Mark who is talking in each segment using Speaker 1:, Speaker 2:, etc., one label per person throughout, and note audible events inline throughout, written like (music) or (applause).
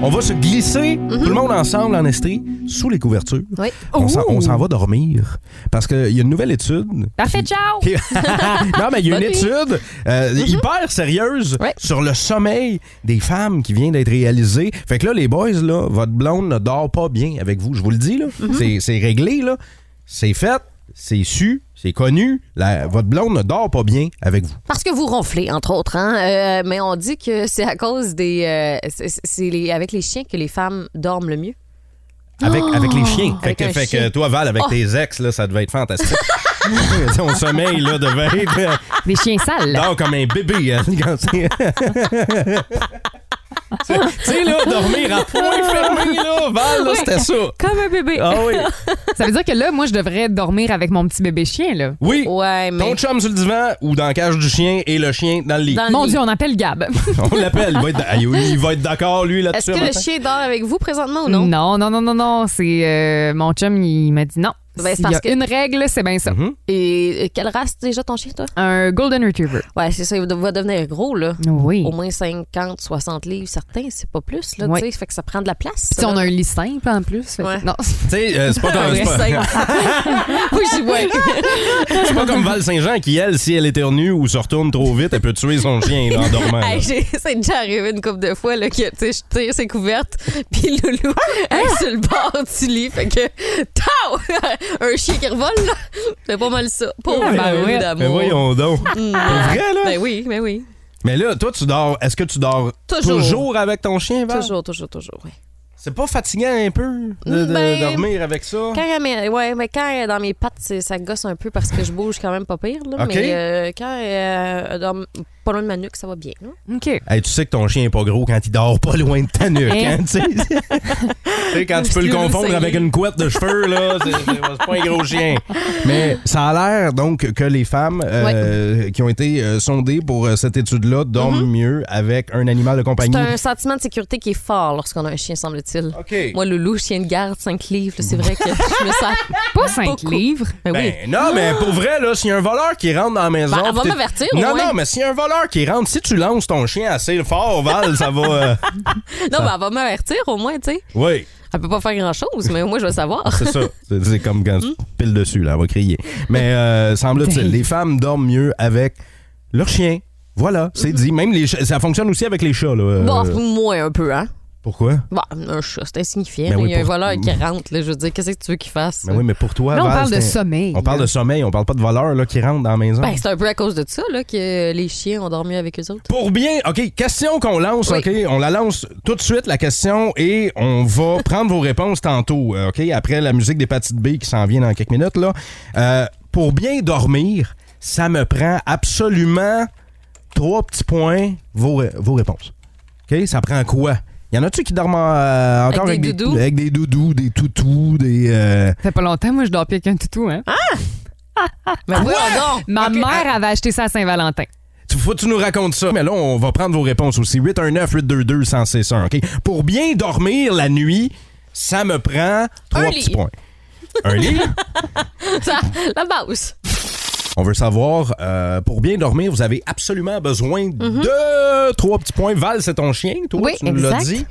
Speaker 1: On va se glisser, tout le monde ensemble en estrie, sous les couvertures.
Speaker 2: Mhm. Oui.
Speaker 1: On s'en- on s'en va dormir. Parce qu'il y a une nouvelle étude
Speaker 2: Parfait, ciao!
Speaker 1: Puis- (laughs) non, mais il y a une
Speaker 2: Bonne nuit. Mhm.
Speaker 1: étude euh, hyper sérieuse
Speaker 2: Ouais.
Speaker 1: sur le sommeil des femmes qui vient d'être réalisée. Fait que là, les boys, là, votre blonde ne dort pas bien avec vous. Je vous le dis, là.
Speaker 2: Mhm.
Speaker 1: C'est- C'est réglé, là. C'est fait, c'est su, c'est connu. La- votre blonde ne dort pas bien avec vous.
Speaker 2: Parce que vous ronflez, entre autres, hein? Euh, mais on dit que c'est à cause des. euh, c'est- c'est les- avec les chiens que les femmes dorment le mieux.
Speaker 1: Avec, avec les chiens. Fait,
Speaker 2: Avec
Speaker 1: que,
Speaker 2: un
Speaker 1: fait
Speaker 2: chien.
Speaker 1: que toi, Val, avec
Speaker 2: Oh.
Speaker 1: tes ex, là, ça devait être fantastique. (laughs) Ton sommeil, là, (laughs) devait être...
Speaker 3: Des chiens sales.
Speaker 1: dort euh, comme un bébé. hein, quand (laughs) c'est- C'est- tu sais, là, dormir à point fermé, là, Val, là, c'était ça.
Speaker 3: Comme un bébé.
Speaker 1: Ah oui.
Speaker 3: Ça veut dire que là, moi, je devrais dormir avec mon petit bébé chien, là.
Speaker 1: Oui.
Speaker 2: Ouais, mais.
Speaker 1: Ton chum sur le divan ou dans la cage du chien et le chien dans le lit.
Speaker 2: Dans le
Speaker 3: Mon
Speaker 2: lit.
Speaker 3: Dieu, on appelle Gab.
Speaker 1: On l'appelle. Il va être, Aïe, il va être d'accord, lui, là-dessus. hein,
Speaker 2: Est-ce que
Speaker 1: ben. un
Speaker 2: le
Speaker 1: matin.
Speaker 2: chien dort avec vous présentement ou (laughs) non?
Speaker 3: non, non, non, non, non. C'est euh, mon chum, il m'a dit non.
Speaker 2: Ben, c'est
Speaker 3: S'il y
Speaker 2: parce
Speaker 3: a
Speaker 2: que-
Speaker 3: une règle, c'est bien ça.
Speaker 1: Mm-hmm.
Speaker 2: Et et quelle race déjà ton chien, toi?
Speaker 3: Un golden retriever.
Speaker 2: Ouais, c'est ça, il va devenir gros, là.
Speaker 3: Oui.
Speaker 2: Au moins 50, 60 livres, certains, c'est pas plus, là.
Speaker 3: Ouais.
Speaker 2: Tu sais, fait que ça prend de la place.
Speaker 3: Puis
Speaker 2: ça,
Speaker 3: on
Speaker 2: là.
Speaker 3: a un lit simple en plus. fait que-
Speaker 2: Ouais.
Speaker 3: Non. (laughs)
Speaker 1: Tu sais, euh, c'est
Speaker 2: Ah
Speaker 1: pas, comme- c'est pas-
Speaker 2: (laughs) Oui, je ouais.
Speaker 1: c'est pas comme Val Saint-Jean qui, elle, si elle éternue ou se retourne trop vite, elle peut tuer son chien là, en dormant. là.
Speaker 2: Hey, Ah, j'ai- (laughs) c'est déjà arrivé une couple de fois là, que tu sais, je tire ses couvertes, (laughs) puis Loulou est sur le bord du lit. Fait que, tao! (laughs) Un chien qui revole, là. C'est pas mal ça. Pauvre
Speaker 3: Ah, ben
Speaker 2: bébé
Speaker 3: ouais.
Speaker 1: Mais
Speaker 2: d'amour. (laughs)
Speaker 1: voyons donc.
Speaker 2: Mm.
Speaker 1: C'est vrai, là.
Speaker 2: Ben oui, ben oui.
Speaker 1: Mais là, toi, tu dors. Est-ce que tu dors
Speaker 2: Toujours.
Speaker 1: avec ton chien, Val?
Speaker 2: Toujours, toujours, toujours. oui.
Speaker 1: C'est pas fatigant un peu de, de-
Speaker 2: Ben,
Speaker 1: dormir avec ça?
Speaker 2: Quand elle met- ouais, mais quand elle est dans mes pattes, c'est- ça gosse un peu parce que je bouge quand même pas pire. Là,
Speaker 1: OK.
Speaker 2: Mais euh, quand elle est dans- pas loin de ma nuque, ça va bien. là.
Speaker 3: OK.
Speaker 1: Hey, tu sais que ton chien est pas gros quand il dort pas loin de
Speaker 2: (laughs)
Speaker 1: ta nuque, hein, tu sais? (laughs) Tu sais, quand tu peux le
Speaker 2: Excuse-moi,
Speaker 1: confondre
Speaker 2: c'est-
Speaker 1: avec une couette de cheveux, là,
Speaker 2: (laughs)
Speaker 1: c'est c'est- c'est pas un gros chien. Mais ça a l'air, donc, que les femmes euh, qui ont été euh, sondées pour euh, cette étude-là dorment mieux avec un animal de compagnie.
Speaker 2: Mm-hmm. C'est un sentiment de sécurité qui est fort lorsqu'on a un chien, semble-t-il.
Speaker 1: OK.
Speaker 2: Moi, Loulou, chien de garde, 5 livres, (laughs) là, c'est vrai que je me sens.
Speaker 3: Pas cinq
Speaker 2: Beaucoup.
Speaker 3: livres.
Speaker 2: Ben oui.
Speaker 1: Ben, non, mais pour vrai, là, s'il y a un voleur qui rentre dans la maison.
Speaker 2: Ben, elle va
Speaker 1: pis t'es-
Speaker 2: m'avertir, au
Speaker 1: Non,
Speaker 2: moins.
Speaker 1: non, mais s'il y a un voleur qui rentre, si tu lances ton chien assez fort, Val, ça va.
Speaker 2: (laughs)
Speaker 1: euh,
Speaker 2: Non, ben, elle va m'avertir au moins, tu sais.
Speaker 1: oui.
Speaker 2: Elle peut pas faire grand-chose, mais au moins, je vais savoir.
Speaker 1: C'est ça. C'est- C'est comme quand
Speaker 2: Hmm?
Speaker 1: tu piles dessus, là, on va crier. Mais euh, semble-t-il,
Speaker 2: Ben.
Speaker 3: Dave.
Speaker 1: les femmes dorment mieux avec leur chien. Voilà, c'est dit. Même les chats- ça fonctionne aussi avec les chats. Là. Euh,
Speaker 2: Bon, moins un peu, hein.
Speaker 1: Pourquoi?
Speaker 2: Bon, un chat, c'est insignifiant.
Speaker 1: Ben
Speaker 2: là.
Speaker 1: oui,
Speaker 2: Il y a un
Speaker 1: pour-
Speaker 2: voleur qui rentre, là, je veux dire, qu'est-ce que tu veux qu'il fasse?
Speaker 1: Mais Ben oui, mais pour toi,
Speaker 3: Là, on
Speaker 1: Val,
Speaker 3: parle de
Speaker 1: c'est un-
Speaker 3: sommeil.
Speaker 1: On parle de sommeil, on parle pas de voleurs là, qui rentrent dans la maison.
Speaker 2: Ben, c'est un peu à cause de ça, là, que les chiens ont dormi avec eux
Speaker 1: (laughs)
Speaker 2: autres.
Speaker 1: Pour bien, OK, question qu'on lance,
Speaker 2: Oui.
Speaker 1: OK, on la lance tout de suite, la question, et on
Speaker 2: (laughs)
Speaker 1: va prendre vos réponses tantôt, euh, OK, après la musique des Petites Billes qui s'en vient dans quelques minutes, là. Euh, pour bien dormir, ça me prend absolument trois petits points, vos, ré- vos réponses. OK, ça prend quoi? Y en a-tu qui dorment euh, encore
Speaker 2: Avec
Speaker 1: avec,
Speaker 2: des doudous?
Speaker 1: avec des doudous, des toutous, des... euh,
Speaker 3: Ça fait pas longtemps, moi, je dors plus avec un toutou. (laughs) Hein?
Speaker 2: Mais Ah! Ben, voyons donc!
Speaker 3: Ma mère avait acheté ça à Saint-Valentin.
Speaker 1: Tu- Faut que tu nous racontes ça. Mais là, on va prendre vos réponses aussi. 819-822-1061, OK? Pour bien dormir la nuit, ça me prend trois
Speaker 2: Un
Speaker 1: petits
Speaker 2: lit.
Speaker 1: points. Un lit.
Speaker 2: Ça, la base!
Speaker 1: On veut savoir, euh, pour bien dormir, vous avez absolument besoin de trois petits points. Val, c'est ton chien, toi?
Speaker 2: Mhm. Oui,
Speaker 1: tu nous l'as
Speaker 2: exact.
Speaker 1: dit.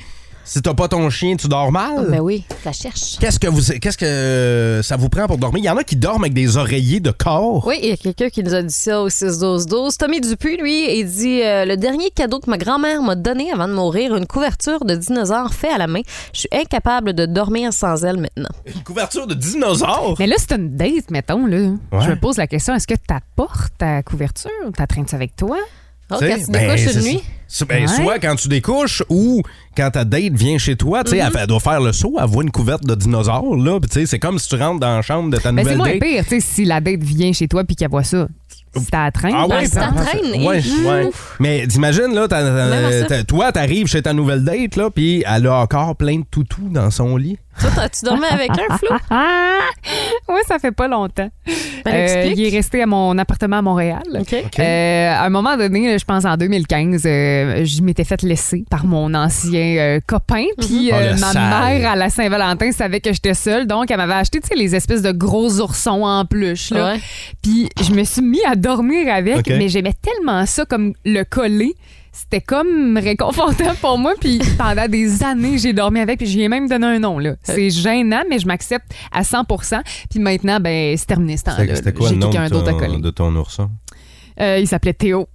Speaker 1: Si t'as pas ton chien, tu dors mal.
Speaker 2: Ben oui, la cherche.
Speaker 1: Qu'est-ce que vous, qu'est-ce que euh, ça vous prend pour dormir? Il y en a qui dorment avec des oreillers de corps.
Speaker 2: Oui, il y a quelqu'un qui nous a dit ça au 6-12-12. Tommy Dupuis, lui, il dit euh, Le dernier cadeau que ma grand-mère m'a donné avant de mourir, une couverture de dinosaure fait à la main. Je suis incapable de dormir sans elle maintenant.
Speaker 1: Une couverture de dinosaure.
Speaker 3: Mais là, c'est une date, mettons. Là.
Speaker 1: Ouais.
Speaker 3: Je me pose la question est-ce que t'apportes ta couverture T'attraînes ça avec toi
Speaker 2: Oh,
Speaker 1: Tu sais,
Speaker 2: quand tu
Speaker 1: ben,
Speaker 2: découches une
Speaker 1: c'est-
Speaker 2: nuit?
Speaker 1: c'est- ben,
Speaker 3: Ouais.
Speaker 1: Soit quand tu découches ou quand ta date vient chez toi, tu sais,
Speaker 2: Mm-hmm.
Speaker 1: elle, fait- elle doit faire le saut, elle voit une couverte de dinosaure,
Speaker 2: Ben,
Speaker 1: là, puis tu sais, c'est comme si tu rentres dans la chambre de ta
Speaker 3: Mais Ben, c'est moins
Speaker 1: nouvelle date.
Speaker 3: pire, tu sais, si la date vient chez toi puis qu'elle voit ça. Si t'as à traîne,
Speaker 1: Ah
Speaker 3: par
Speaker 1: ouais,
Speaker 3: exemple.
Speaker 1: par-
Speaker 2: t'entraînes,
Speaker 1: ouais,
Speaker 2: et-
Speaker 1: ouais. Mais t'imagines, là, t'as- t'as-
Speaker 2: Mm-hmm. Même à ça.
Speaker 1: t'as- toi, t'arrives chez ta nouvelle date, là, puis elle a encore plein de toutous dans son lit.
Speaker 2: Toi, t'as- tu dormais avec un flou.
Speaker 3: Ah! Ouais, ça fait pas longtemps.
Speaker 2: (laughs)
Speaker 3: Euh,
Speaker 2: Ben,
Speaker 1: Euh,
Speaker 2: explique.
Speaker 3: il est resté à mon appartement à Montréal.
Speaker 1: OK?
Speaker 3: Euh, à un moment donné, je pense en 2015, euh, je m'étais fait laisser par mon ancien euh, copain. Puis
Speaker 1: Mhm.
Speaker 3: euh,
Speaker 1: Oh, le
Speaker 3: ma
Speaker 1: sale.
Speaker 3: mère, à la Saint-Valentin, savait que j'étais seule. Donc, elle m'avait acheté tu sais, les espèces de gros oursons en peluche. Là.
Speaker 2: Ouais.
Speaker 3: Puis je me suis mis à dormir avec,
Speaker 1: Ok.
Speaker 3: mais j'aimais tellement ça comme le coller. C'était comme réconfortant pour moi. Puis pendant des années, j'ai dormi avec. Puis j'y ai même donné un nom. là. C'est gênant, mais je m'accepte à 100 Puis maintenant, ben, c'est terminé ce
Speaker 2: Ah,
Speaker 3: temps-là.
Speaker 1: C'était c'était quoi
Speaker 3: J'ai
Speaker 1: le nom
Speaker 3: quelqu'un
Speaker 1: de
Speaker 3: d'autre à coller.
Speaker 1: ton, de ton ourson?
Speaker 3: Euh, il s'appelait Théo.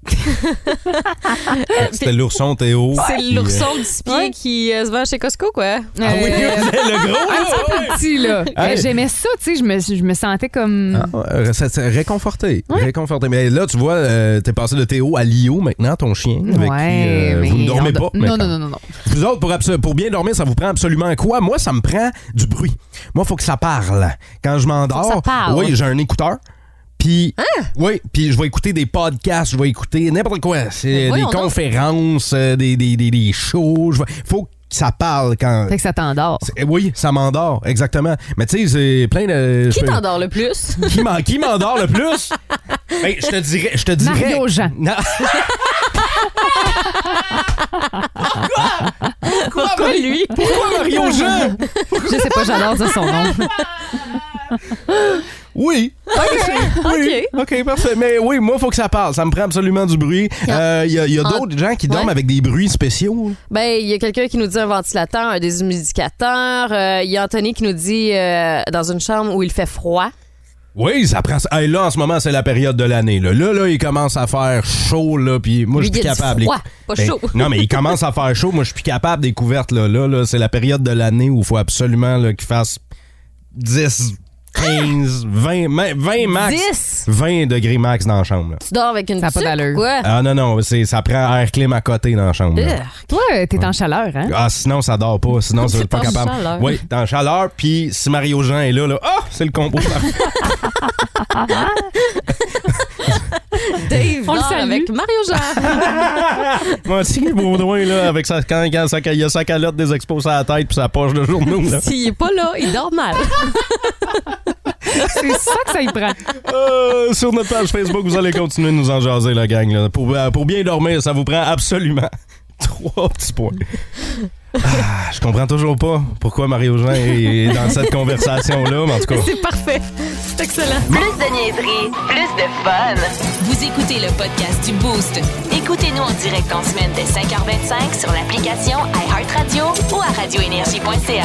Speaker 1: C'était l'ourson Théo.
Speaker 2: Ah, C'est
Speaker 1: puis, euh,
Speaker 2: l'ourson euh, du pied
Speaker 3: Ouais.
Speaker 2: qui euh, se vend chez Costco, quoi.
Speaker 1: Ah oui, (laughs) c'est le gros!
Speaker 3: Euh, un petit peu petit, là.
Speaker 1: Hey.
Speaker 3: Euh, J'aimais ça, tu sais, je me, je me sentais comme...
Speaker 2: Mm.
Speaker 1: Ah, euh, ça- ça- réconforté, réconforté. Mais là, tu vois, euh, t'es passé de Théo à Lio maintenant, ton chien, avec qui euh, vous ne dormez
Speaker 3: on
Speaker 1: pas.
Speaker 3: do- Non,
Speaker 1: maintenant.
Speaker 3: non, non, non, non.
Speaker 1: Vous autres, pour, abso- pour bien dormir, ça vous prend absolument quoi? Moi, ça me prend du bruit. Moi, il faut que ça parle. Quand je
Speaker 2: Faut que ça
Speaker 1: m'endors,
Speaker 2: parle. Hein?
Speaker 1: oui, j'ai un écouteur. Puis, oui, puis je vais écouter des podcasts, je vais écouter n'importe quoi. C'est
Speaker 2: Mais
Speaker 1: des
Speaker 2: voyons donc.
Speaker 1: conférences, euh, des, des, des, des shows. Je vais- faut que ça parle quand.
Speaker 3: Fait que ça t'endort.
Speaker 1: C'est- Oui, ça m'endort, exactement. Mais tu sais, c'est plein de. je
Speaker 2: Qui
Speaker 1: peux-
Speaker 2: t'endort le plus?
Speaker 1: qui m'en- qui m'endort le plus? Ben, je te dirais. Je te dirais.
Speaker 3: Mario Jean.
Speaker 1: Non.
Speaker 2: Pourquoi, lui?
Speaker 1: Pourquoi Mario Jean?
Speaker 3: Je sais pas, j'adore dire son nom.
Speaker 1: (laughs) Oui. Oui. OK, parfait. Mais oui, moi, il faut que ça parle. Ça me prend absolument du bruit. Euh, Il y a, il y a d'autres gens qui dorment
Speaker 2: Ouais.
Speaker 1: avec des bruits spéciaux.
Speaker 2: (laughs) Ben, il y a quelqu'un qui nous dit un ventilateur, un déshumidificateur. Euh, Il y a Anthony qui nous dit euh, dans une chambre où il fait froid.
Speaker 1: Oui, ça prend. Hey, là, en ce moment, c'est la période de l'année. Là. là, là, il commence à faire chaud, là, puis moi, je
Speaker 2: Lui,
Speaker 1: suis plus
Speaker 2: il a du
Speaker 1: capable.
Speaker 2: froid, pas
Speaker 1: Ben,
Speaker 2: chaud.
Speaker 1: Non, mais il commence à faire chaud. Moi, je suis plus capable des couvertes, là. Là, là, c'est la période de l'année où il faut absolument là, qu'il fasse 10, 15, 20, ma- 20 max.
Speaker 2: 10!
Speaker 1: 20 degrés max dans la chambre. là.
Speaker 2: Tu dors avec une
Speaker 3: Ça a pas
Speaker 2: tuque,
Speaker 3: d'allure.
Speaker 2: quoi?
Speaker 1: Ah non, non, c'est, ça prend air clim à côté dans la chambre. là.
Speaker 2: Urgh.
Speaker 3: Toi, euh, t'es en chaleur, hein?
Speaker 1: Ah, sinon, ça dort pas. Sinon,
Speaker 2: C'est (laughs)
Speaker 1: c'est pas
Speaker 2: en
Speaker 1: capable.
Speaker 2: chaleur.
Speaker 1: Oui, dans la chaleur. Puis, si Mario Jean est là, là, ah, c'est le combo. parfait.
Speaker 2: Dave
Speaker 3: On le
Speaker 2: dort
Speaker 3: salue.
Speaker 2: avec Mario (laughs) Jean.
Speaker 1: Moi aussi, Baudouin, là, avec sa, quand, quand sa- il a sa calotte des expos à la tête puis sa poche de journaux, (laughs) là.
Speaker 2: S'il est pas là, il dort mal.
Speaker 3: C'est ça que ça y prend.
Speaker 1: Euh, sur notre page Facebook, vous allez continuer de nous en jaser, la gang. là. Pour, euh, pour bien dormir, ça vous prend absolument (laughs) trois petits points. Ah, je comprends toujours pas pourquoi Mario Jean est est dans cette conversation-là, mais en tout cas.
Speaker 2: (laughs) C'est parfait. C'est excellent.
Speaker 4: Plus de niaiserie, plus de fun. Vous écoutez le podcast du Boost. Écoutez-nous en direct en semaine dès 5h25 sur l'application iHeartRadio ou à radioénergie.ca.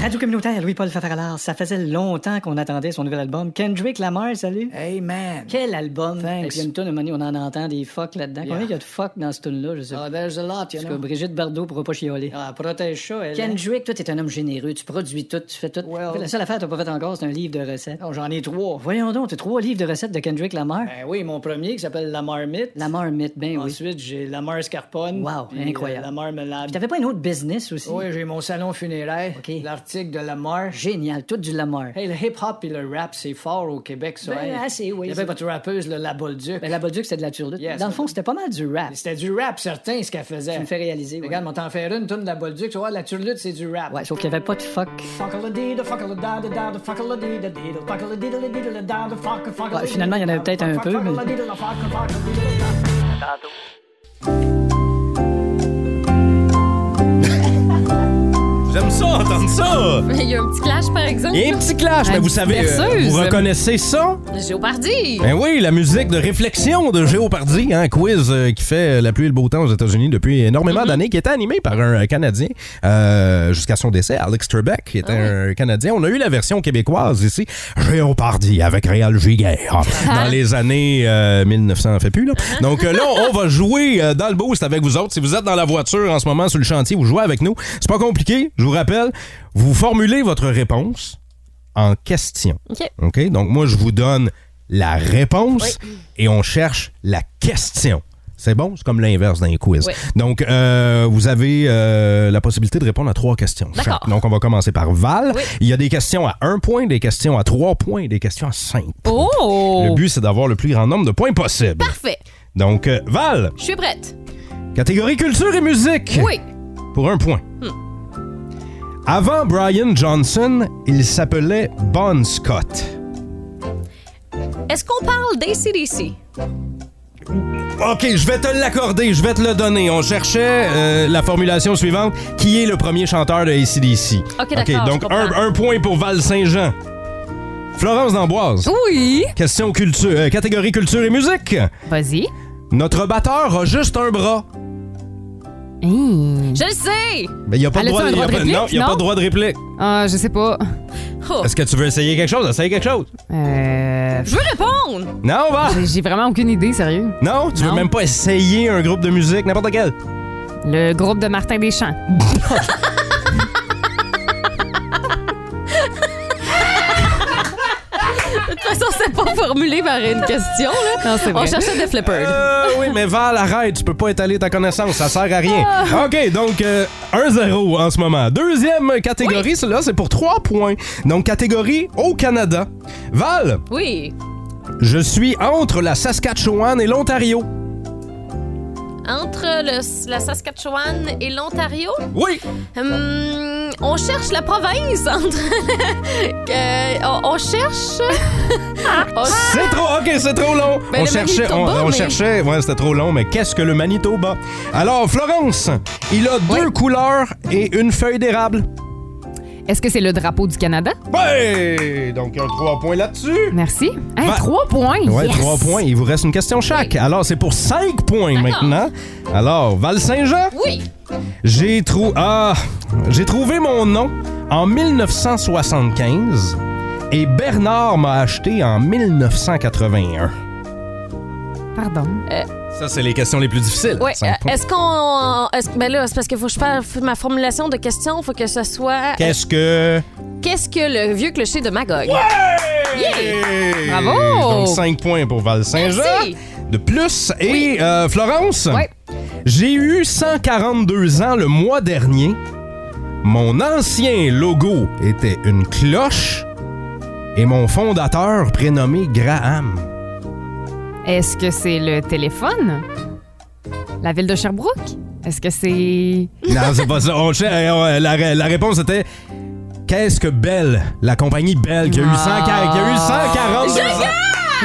Speaker 5: Radio communautaire, Louis-Paul Fafaralard, ça faisait longtemps qu'on attendait son nouvel album. Kendrick Lamar, salut.
Speaker 6: Hey man.
Speaker 5: Quel album?
Speaker 6: Thanks.
Speaker 5: Et puis, il y a une toune, à un moment donné, on en entend des fuck là-dedans. Combien il y a de fuck dans cette tune là je sais pas.
Speaker 6: Oh, there's a lot, you
Speaker 5: Parce que
Speaker 6: know.
Speaker 5: Brigitte Bardot pourra pas chialer. Ah, protège ça, elle. Kendrick, toi, t'es un homme généreux. Tu produis tout, tu fais tout.
Speaker 6: hein. Well-
Speaker 5: La seule affaire que t'as pas fait encore, c'est un livre de recettes.
Speaker 6: Non, j'en ai trois.
Speaker 5: Voyons donc, t'as trois livres de recettes de Kendrick Lamar.
Speaker 6: Ben oui, mon premier qui s'appelle La Marmite.
Speaker 5: La marmite, ben oui.
Speaker 6: Ensuite, j'ai La Mar Scarpone.
Speaker 5: Wow,
Speaker 6: Puis,
Speaker 5: incroyable.
Speaker 6: euh, La Marmelade.
Speaker 5: Puis T'avais pas un autre business aussi?
Speaker 6: Oui, j'ai mon salon funéraire.
Speaker 5: OK.
Speaker 6: L'article de La Mar.
Speaker 5: Génial, tout du Lamar.
Speaker 6: Hey, le hip-hop et le rap, c'est fort au Québec, ça.
Speaker 5: Ben,
Speaker 6: hey.
Speaker 5: assez, oui,
Speaker 6: Il y
Speaker 5: ça.
Speaker 6: avait votre rappeuse, là, La Bolduc.
Speaker 5: Ben, la Bolduc, c'était de la turlute.
Speaker 6: Yes.
Speaker 5: Dans le fond, c'était pas mal du rap.
Speaker 6: C'était du rap, certain, ce qu'elle faisait.
Speaker 5: Tu me fais réaliser, oui.
Speaker 6: Regarde, on t'en fait une, tourne de La Bolduc. Tu vois, la turlute, c'est du rap.
Speaker 5: Ouais, sauf qu'il y avait pas de fuck. Ouais, finalement, il y en avait peut-être un peu, mais-
Speaker 1: J'aime ça, entendre ça!
Speaker 2: Mais il y a un petit clash, par exemple.
Speaker 1: Il y a un petit clash, mais vous
Speaker 3: petite
Speaker 1: savez, euh,
Speaker 3: berceuse.
Speaker 1: vous reconnaissez ça?
Speaker 2: Géopardi.
Speaker 1: Ben oui, la musique de réflexion de Géopardy, un quiz euh, qui fait la pluie et le beau temps aux États-Unis depuis énormément d'années, qui était animé par un euh, Canadien euh, jusqu'à son décès, Alex Trebek, qui était un Canadien. On a eu la version québécoise ici, Géopardy, avec Réal Giguère, hein, dans les années euh, 1900, on fait plus, là. Donc euh, là, on va jouer euh, dans le boost avec vous autres. Si vous êtes dans la voiture en ce moment, sur le chantier, vous jouez avec nous. C'est pas compliqué, je vous rappelle. Vous formulez votre réponse en question.
Speaker 2: OK.
Speaker 1: OK? Donc, moi, je vous donne la réponse et on cherche la question. C'est bon, c'est comme l'inverse d'un quiz.
Speaker 2: Oui.
Speaker 1: Donc, euh, vous avez euh, la possibilité de répondre à trois questions.
Speaker 2: D'accord.
Speaker 1: Donc, on va commencer par Val.
Speaker 2: Oui.
Speaker 1: Il y a des questions à un point, des questions à trois points, des questions à cinq. points.
Speaker 3: Oh!
Speaker 1: Le but, c'est d'avoir le plus grand nombre de points possible.
Speaker 2: Parfait.
Speaker 1: Donc, euh, Val,
Speaker 2: Je suis prête.
Speaker 1: catégorie culture et musique.
Speaker 2: Oui. Hmm.
Speaker 1: Pour un point. Avant Brian Johnson, il s'appelait Bon Scott.
Speaker 2: Est-ce qu'on parle d'ACDC?
Speaker 1: OK, je vais te l'accorder, je vais te le donner. On cherchait euh, la formulation suivante. Qui est le premier chanteur de ACDC?
Speaker 2: OK, d'accord,
Speaker 1: donc
Speaker 2: je comprends.
Speaker 1: un, un point pour Val Saint-Jean. Florence d'Amboise.
Speaker 3: Oui!
Speaker 1: Question culture, euh, catégorie culture et musique.
Speaker 3: Vas-y.
Speaker 1: Notre batteur a juste un bras.
Speaker 3: Hum.
Speaker 2: Je le sais!
Speaker 1: Mais Ben, il n'y a pas de
Speaker 3: Elle
Speaker 1: droit,
Speaker 3: a-tu un
Speaker 1: y
Speaker 3: droit
Speaker 1: a
Speaker 3: de
Speaker 1: pas-
Speaker 3: réplique,
Speaker 1: Non, il y a
Speaker 3: non?
Speaker 1: pas de droit de réplique.
Speaker 3: Ah, je sais pas.
Speaker 2: Oh,
Speaker 1: Est-ce que tu veux essayer quelque chose? Essaye quelque chose.
Speaker 3: Euh,
Speaker 2: Je veux répondre!
Speaker 1: Non, Val?
Speaker 3: j'ai- J'ai vraiment aucune idée, sérieux.
Speaker 1: Non? Tu veux
Speaker 3: Non.
Speaker 1: même pas essayer un groupe de musique, n'importe quel?
Speaker 3: Le groupe de Martin Deschamps.
Speaker 2: De toute façon, c'est pas formulé par une question, là.
Speaker 3: Non, c'est
Speaker 2: On
Speaker 3: vrai.
Speaker 2: cherchait Def Leppard.
Speaker 1: Euh, oui, mais Val, arrête, tu peux pas étaler ta connaissance, ça sert à rien.
Speaker 2: Ah.
Speaker 1: OK, donc euh, 1-0 en ce moment. Deuxième catégorie, celle-là, c'est pour 3 points. Donc, catégorie au Canada. Val,
Speaker 2: Oui.
Speaker 1: je suis entre la Saskatchewan et l'Ontario.
Speaker 2: Entre le- la Saskatchewan et l'Ontario,
Speaker 1: Oui,
Speaker 2: hum, on cherche la province. Entre... (laughs) Euh, on, on cherche. on cherche-
Speaker 1: c'est trop, OK, c'est trop long.
Speaker 2: Ben,
Speaker 1: on
Speaker 2: le
Speaker 1: cherchait, on,
Speaker 2: Manitoba,
Speaker 1: on
Speaker 2: mais-
Speaker 1: cherchait, ouais, c'était trop long, mais qu'est-ce que le Manitoba? Alors, Florence, il a deux couleurs et une feuille d'érable.
Speaker 3: Est-ce que c'est le drapeau du Canada?
Speaker 1: Ouais, donc un 3 points là-dessus.
Speaker 3: Merci. Hein,
Speaker 1: Bah-
Speaker 3: trois points!
Speaker 1: Ouais,
Speaker 3: Yes!
Speaker 1: trois points. Il vous reste une question chaque. Alors, c'est pour cinq points
Speaker 2: D'accord.
Speaker 1: maintenant. Alors, Val-Saint-Jean,
Speaker 2: Oui.
Speaker 1: j'ai trou- ah, j'ai trouvé mon nom en 1975 et Bernard m'a acheté en 1981.
Speaker 3: Pardon.
Speaker 1: Ça, c'est les questions les plus difficiles.
Speaker 2: Oui.
Speaker 1: Cinq points.
Speaker 2: euh, Est-ce qu'on. est-ce- ben là, c'est parce qu'il faut que je fasse ma formulation de question. faut que ce soit.
Speaker 1: Qu'est-ce que...
Speaker 2: Qu'est-ce que le vieux clocher de Magog?
Speaker 1: Yeah!
Speaker 3: Bravo!
Speaker 1: Donc, cinq points pour Val-Saint-Jean.
Speaker 2: Merci.
Speaker 1: De plus. Et euh, Florence,
Speaker 3: Ouais.
Speaker 1: j'ai eu 142 ans le mois dernier. Mon ancien logo était une cloche et mon fondateur prénommé
Speaker 3: (laughs)
Speaker 1: Graham.
Speaker 3: Est-ce que c'est le téléphone? La ville de Sherbrooke? Est-ce que c'est.
Speaker 1: Non, c'est pas ça. On cher- euh, euh, la, ré- la réponse était Qu'est-ce que Bell, la compagnie Bell, qui a eu, 100 ca- qui a eu 142
Speaker 3: Ah!
Speaker 1: ans.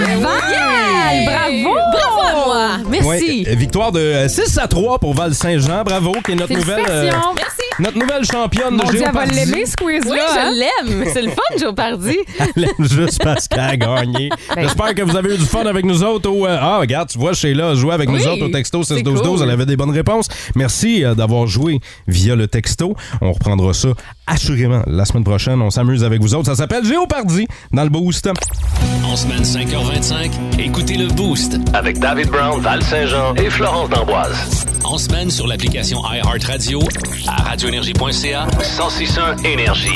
Speaker 2: Ben
Speaker 3: Val! Bravo!
Speaker 2: Bravo à moi! Merci!
Speaker 1: Ouais, euh, victoire de euh, 6 à 3 pour Val-Saint-Jean. Bravo, qui est notre nouvelle, euh,
Speaker 3: Félicitations!
Speaker 2: Merci!
Speaker 1: notre nouvelle championne
Speaker 3: Mon
Speaker 1: de
Speaker 3: Dieu, elle va
Speaker 1: Géopardy.
Speaker 3: l'aimer, ce quiz-là!
Speaker 2: Oui,
Speaker 3: hein?
Speaker 2: je l'aime! C'est le fun, Jeopardy!
Speaker 1: (laughs) Elle l'aime juste parce qu'elle a gagné.
Speaker 3: Ben.
Speaker 1: J'espère que vous avez eu du fun avec nous autres. au, euh, ah, regarde, tu vois, Sheila a joué avec
Speaker 2: Oui,
Speaker 1: nous autres au texto
Speaker 2: c'est
Speaker 1: 6-12-12.
Speaker 2: cool.
Speaker 1: Elle avait des bonnes réponses. Merci euh, d'avoir joué via le texto. On reprendra ça assurément la semaine prochaine. On s'amuse avec vous autres. Ça s'appelle Géopardy dans le Boost.
Speaker 7: En semaine 5h25, écoutez le Boost.
Speaker 8: Avec David Brown, Val Saint-Jean et Florence d'Amboise.
Speaker 7: En semaine sur l'application iHeartRadio, à radioénergie.ca
Speaker 8: 1061 Énergie.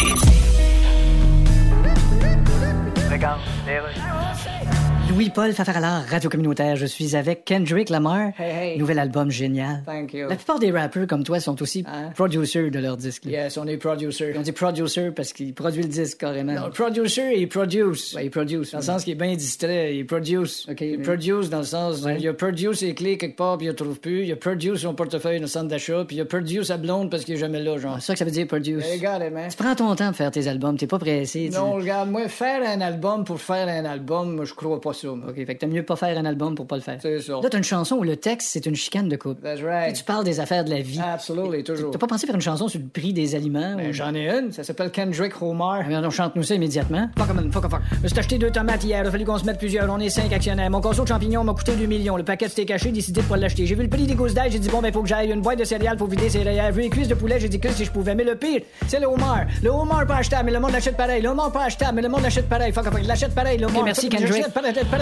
Speaker 5: Louis-Paul Fafaralard, radio communautaire. Je suis avec Kendrick Lamar.
Speaker 6: Hey, hey.
Speaker 5: Nouvel album génial.
Speaker 6: Thank you.
Speaker 5: La plupart des rappeurs comme toi sont aussi
Speaker 6: Hein?
Speaker 5: producers de leurs disques. là.
Speaker 6: Yes, on est producer.
Speaker 5: On dit producer parce qu'ils produisent le disque carrément.
Speaker 6: Non, producer, il produce. il produce. Dans le sens qu'il est bien distrait, il produce. il produce dans le sens, il a produce ses clés quelque part, puis il ne trouve plus. Il a produce son portefeuille dans le centre d'achat, puis il a produce sa blonde parce qu'il est jamais là, genre.
Speaker 5: C'est Ah, ça que ça veut dire produce.
Speaker 6: Hey, got it, man.
Speaker 5: Tu prends ton temps de faire tes albums, t'es pas pressé. tu-
Speaker 6: Non, regarde, moi, faire un album pour faire un album, moi, je crois pas ça. moi.
Speaker 5: OK, fait que t'as mieux pas faire un album pour pas le faire.
Speaker 6: C'est ça.
Speaker 5: Là, t'as une chanson où le texte, c'est une chicane de couple.
Speaker 6: That's
Speaker 5: Là, tu
Speaker 6: right.
Speaker 5: parles des affaires de la vie.
Speaker 6: Absolutely, toujours.
Speaker 5: T'as pas pensé faire une chanson sur le prix des aliments?
Speaker 6: Ben,
Speaker 5: ou-
Speaker 6: J'en ai une, ça s'appelle Kendrick
Speaker 5: Ah,
Speaker 6: Homer.
Speaker 5: merde, on chante nous ça immédiatement.
Speaker 6: Fuck a man, fuck a fuck. Je me suis acheté deux tomates hier, il a fallu qu'on se mette plusieurs, on est cinq actionnaires. Mon conso de champignons m'a coûté 2 millions, le paquet c'était caché, décidé de pas l'acheter. J'ai vu le prix des gousses d'ail, j'ai dit bon ben faut que j'aille une boîte de céréales pour vider ses rayères. Vu les cuisses de poulet, j'ai dit que si je pouvais. Mais le pire, c'est le homard. Le homard pas achetable, mais le monde l'achète pareil. Le homard pas achetable, mais le monde l'achète pareil. Fuck a fuck, l'achète pareil, le homard.
Speaker 5: merci,
Speaker 6: Je
Speaker 5: Kendrick.
Speaker 6: l'achète pareil, l'achète pareil, l'achète pareil.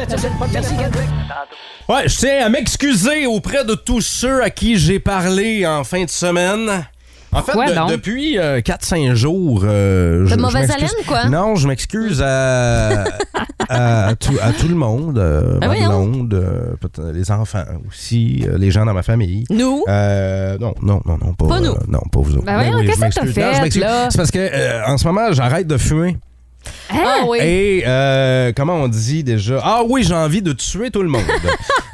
Speaker 6: Merci Kendrick.
Speaker 1: Ouais, je tiens à m'excuser auprès de tous ceux à qui j'ai parlé en fin de semaine. En fait,
Speaker 3: Pourquoi
Speaker 1: de-
Speaker 3: donc?
Speaker 1: depuis euh, 4-5 jours. euh, je- je
Speaker 2: mauvaise
Speaker 1: m'excuse-
Speaker 2: haleine, quoi?
Speaker 1: Non, je m'excuse à,
Speaker 3: (laughs)
Speaker 1: à, tout, à tout le monde. euh,
Speaker 3: Ben
Speaker 2: Ah
Speaker 1: ma
Speaker 2: voyons.
Speaker 1: blonde, euh, peut-être les enfants aussi, euh, les gens dans ma famille.
Speaker 2: Nous?
Speaker 1: Euh, non, non, non, non, pas,
Speaker 2: Pas nous.
Speaker 1: euh, non, pas vous autres.
Speaker 3: Ben
Speaker 1: Mais
Speaker 3: voyons,
Speaker 1: je
Speaker 3: qu'est-ce que t'as
Speaker 1: m'excuse.
Speaker 3: fait,
Speaker 1: Non, je m'excuse.
Speaker 3: là?
Speaker 1: C'est parce que euh, en ce moment, j'arrête de fumer.
Speaker 2: Ah oui.
Speaker 1: Et euh, comment on dit déjà? Ah oui, j'ai envie de tuer tout
Speaker 3: (laughs)
Speaker 1: le monde.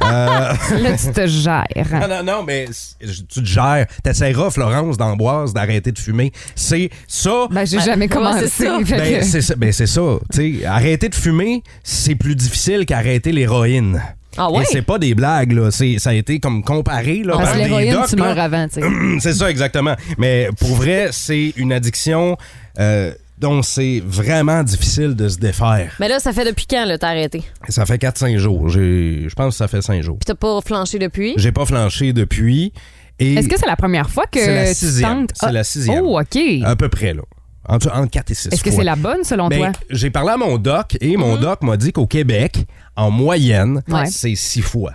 Speaker 1: Euh,
Speaker 2: Oh!
Speaker 3: Là, tu te gères.
Speaker 1: non, non, non, mais c- je- tu te gères. T'essaieras, Florence d'Amboise, d'arrêter de fumer. C'est ça.
Speaker 3: Ben, j'ai jamais
Speaker 2: ouais,
Speaker 3: commencé.
Speaker 2: c'est ça.
Speaker 3: Fait
Speaker 1: Ben,
Speaker 3: que-
Speaker 1: c'est ça. Ben, c'est ça. Tu sais, arrêter de fumer, c'est plus difficile qu'arrêter l'héroïne.
Speaker 2: Ah ouais?
Speaker 1: Et c'est pas des blagues, là. C'est- Ça a été comme comparé, là,
Speaker 3: Ah, Parce
Speaker 1: par
Speaker 3: que
Speaker 1: des
Speaker 3: l'héroïne,
Speaker 1: docs,
Speaker 3: tu
Speaker 1: là.
Speaker 3: meurs avant, tu sais.
Speaker 1: Hum, (clears throat) c'est ça, exactement. Mais pour vrai, c'est une addiction euh, dont c'est vraiment difficile de se défaire.
Speaker 2: Mais là, ça fait depuis quand, là, t'as arrêté? Puis
Speaker 1: Ça fait 4-5 jours. J'ai- Je pense que ça fait 5 jours.
Speaker 2: t'as pas flanché depuis?
Speaker 1: J'ai pas flanché depuis. Et
Speaker 3: Est-ce que c'est la première fois que
Speaker 1: C'est la
Speaker 3: tu
Speaker 1: sixième.
Speaker 3: tentes?
Speaker 1: C'est
Speaker 3: Ah.
Speaker 1: la sixième. Euh,
Speaker 3: Oh, OK.
Speaker 1: À peu près, là. Entre, entre 4 et 6.
Speaker 3: Est-ce que c'est la bonne, selon toi? Mm-hmm.
Speaker 1: J'ai parlé à mon doc et mon doc m'a dit qu'au Québec, en moyenne,
Speaker 3: Ouais.
Speaker 1: c'est 6 fois.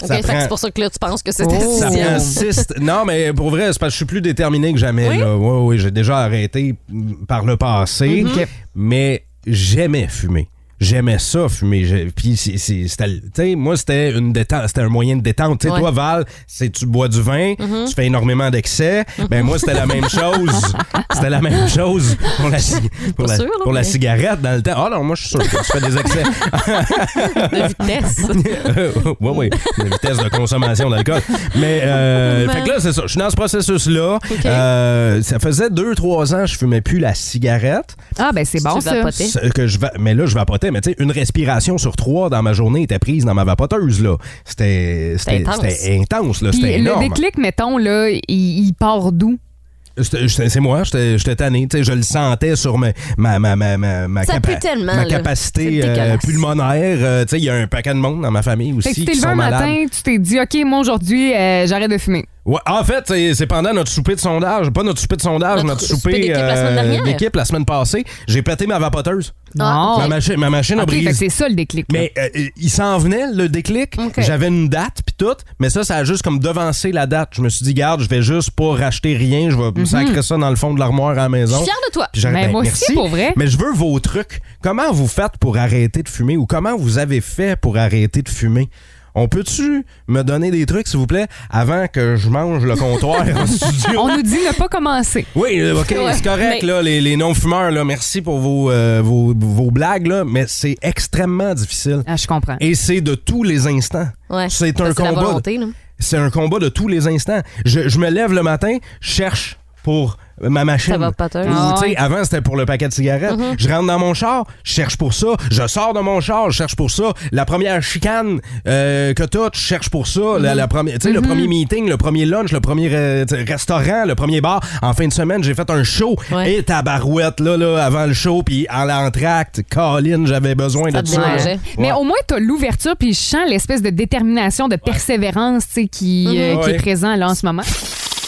Speaker 2: Ok,
Speaker 1: ça
Speaker 2: fait que
Speaker 1: prend-
Speaker 2: c'est pour ça que là, tu penses que c'était
Speaker 3: Oh.
Speaker 1: Ça
Speaker 3: Sixième.
Speaker 1: prend six- Non, mais pour vrai, c'est parce que je suis plus déterminé que jamais. là. Ouais, ouais, j'ai déjà arrêté mm, par le passé,
Speaker 3: Mhm. Ok.
Speaker 1: mais j'aimais fumer. J'aimais ça, fumer. J'ai- Puis, c'est- c'est- c'était le- tu sais, moi, c'était une détente, c'était un moyen de détente. Tu sais,
Speaker 2: Ouais. Mhm.
Speaker 1: Toi, Val, c'est tu bois du vin, tu fais énormément d'excès. Ben, moi, c'était la même chose. C'était la même chose pour la, ci- pour
Speaker 2: Pas
Speaker 1: la-
Speaker 2: sûr, là,
Speaker 1: pour la
Speaker 2: mais-
Speaker 1: cigarette dans le temps. Ah non, moi, je suis sûr que tu fais des excès.
Speaker 2: de vitesse.
Speaker 1: (laughs) oui, oui, la vitesse de consommation d'alcool. Mais, euh, fait que là, c'est ça. Je suis dans ce processus-là. Euh, ça faisait deux, trois ans que je fumais plus la cigarette.
Speaker 3: Ah, ben c'est bon,
Speaker 2: tu
Speaker 3: ça.
Speaker 2: vapotais.
Speaker 1: Ce Que je, va- mais là, je vapotais. Mais tu sais, une respiration sur trois dans ma journée était prise dans ma vapoteuse, là. C'était c'était-
Speaker 2: C'était intense.
Speaker 1: c'était intense, là.
Speaker 3: Puis
Speaker 1: C'était
Speaker 3: le
Speaker 1: énorme.
Speaker 3: déclic, mettons, là, il, il part d'où?
Speaker 1: C'était- j'étais- C'est moi, j'étais j'étais tanné. Tu sais, je le sentais sur ma, ma, ma, ma, ma, ma
Speaker 2: Ça pue tellement,
Speaker 1: ma
Speaker 2: là.
Speaker 1: capacité euh,
Speaker 2: C'est dégueulasse.
Speaker 1: pulmonaire. Euh, tu sais, il y a un paquet de monde dans ma famille
Speaker 3: Fait
Speaker 1: aussi
Speaker 3: que tu t'es
Speaker 1: qui
Speaker 3: levé
Speaker 1: sont
Speaker 3: un
Speaker 1: malades.
Speaker 3: matin, tu t'es dit, OK, moi, aujourd'hui, euh, j'arrête de fumer.
Speaker 1: Ouais, en fait, c'est c'est pendant notre souper de sondage, pas notre souper de sondage,
Speaker 2: Notre
Speaker 1: notre,
Speaker 2: souper
Speaker 1: souper
Speaker 2: d'équipe la semaine
Speaker 1: euh,
Speaker 2: dernière. Oh.
Speaker 1: d'équipe la semaine passée, j'ai pété ma vapoteuse.
Speaker 3: Non.
Speaker 1: Ma, machi- ma machine a
Speaker 3: OK, fait que
Speaker 1: brisé.
Speaker 3: c'est ça le déclic. là.
Speaker 1: Mais euh, il s'en venait le déclic,
Speaker 3: Ok.
Speaker 1: j'avais une date puis tout, mais ça ça a juste comme devancé la date. Je me suis dit garde, je vais juste pas racheter rien, je vais
Speaker 2: Mhm.
Speaker 1: me sacrer ça dans le fond de l'armoire à la
Speaker 2: Je
Speaker 1: maison.
Speaker 2: suis fière de toi.
Speaker 1: Puis j'arrête-
Speaker 3: Mais
Speaker 1: ben,
Speaker 3: moi aussi,
Speaker 1: merci.
Speaker 3: pour vrai.
Speaker 1: Mais je veux vos trucs. Comment vous faites pour arrêter de fumer ou comment vous avez fait pour arrêter de fumer? On peut-tu me donner des trucs, s'il vous plaît, avant que je mange le comptoir en (laughs) studio?
Speaker 3: On nous dit ne pas commencer.
Speaker 1: Oui, euh, OK,
Speaker 2: Ouais,
Speaker 1: c'est correct,
Speaker 2: mais-
Speaker 1: là, les, les non-fumeurs, là, merci pour vos, euh, vos, vos blagues, là, mais c'est extrêmement difficile.
Speaker 3: Ah, je comprends.
Speaker 1: Et c'est de tous les instants.
Speaker 2: Ouais.
Speaker 1: C'est
Speaker 2: Ça,
Speaker 1: un
Speaker 2: la
Speaker 1: combat.
Speaker 2: volonté, là. (laughs)
Speaker 1: C'est un combat de tous les instants. Je, je me lève le matin, je cherche pour ma machine.
Speaker 2: Ça va pas tôt.
Speaker 1: Ou,
Speaker 3: Ah
Speaker 1: tu sais,
Speaker 3: ouais.
Speaker 1: Avant, c'était pour le paquet de cigarettes.
Speaker 2: Mm-hmm.
Speaker 1: Je rentre dans mon char, je cherche pour ça. Je sors de mon char, je cherche pour ça. La première chicane euh, que t'as, tu cherches pour ça.
Speaker 2: Mm-hmm.
Speaker 1: la, la première, tu sais, Le premier meeting, le premier lunch, le premier euh, tu sais, restaurant, le premier bar. En fin de semaine, j'ai fait un show.
Speaker 2: Ouais.
Speaker 1: Et ta barouette, là, là, avant le show, puis en l'entracte, Colin, j'avais besoin
Speaker 2: Ça
Speaker 1: de
Speaker 2: te
Speaker 1: ça. là.
Speaker 2: démangeait.
Speaker 3: Mais
Speaker 1: Ouais.
Speaker 3: au moins, tu as l'ouverture, puis je sens l'espèce de détermination, de persévérance tu sais, qui, euh, qui
Speaker 1: Ouais.
Speaker 3: est présent là en ce moment.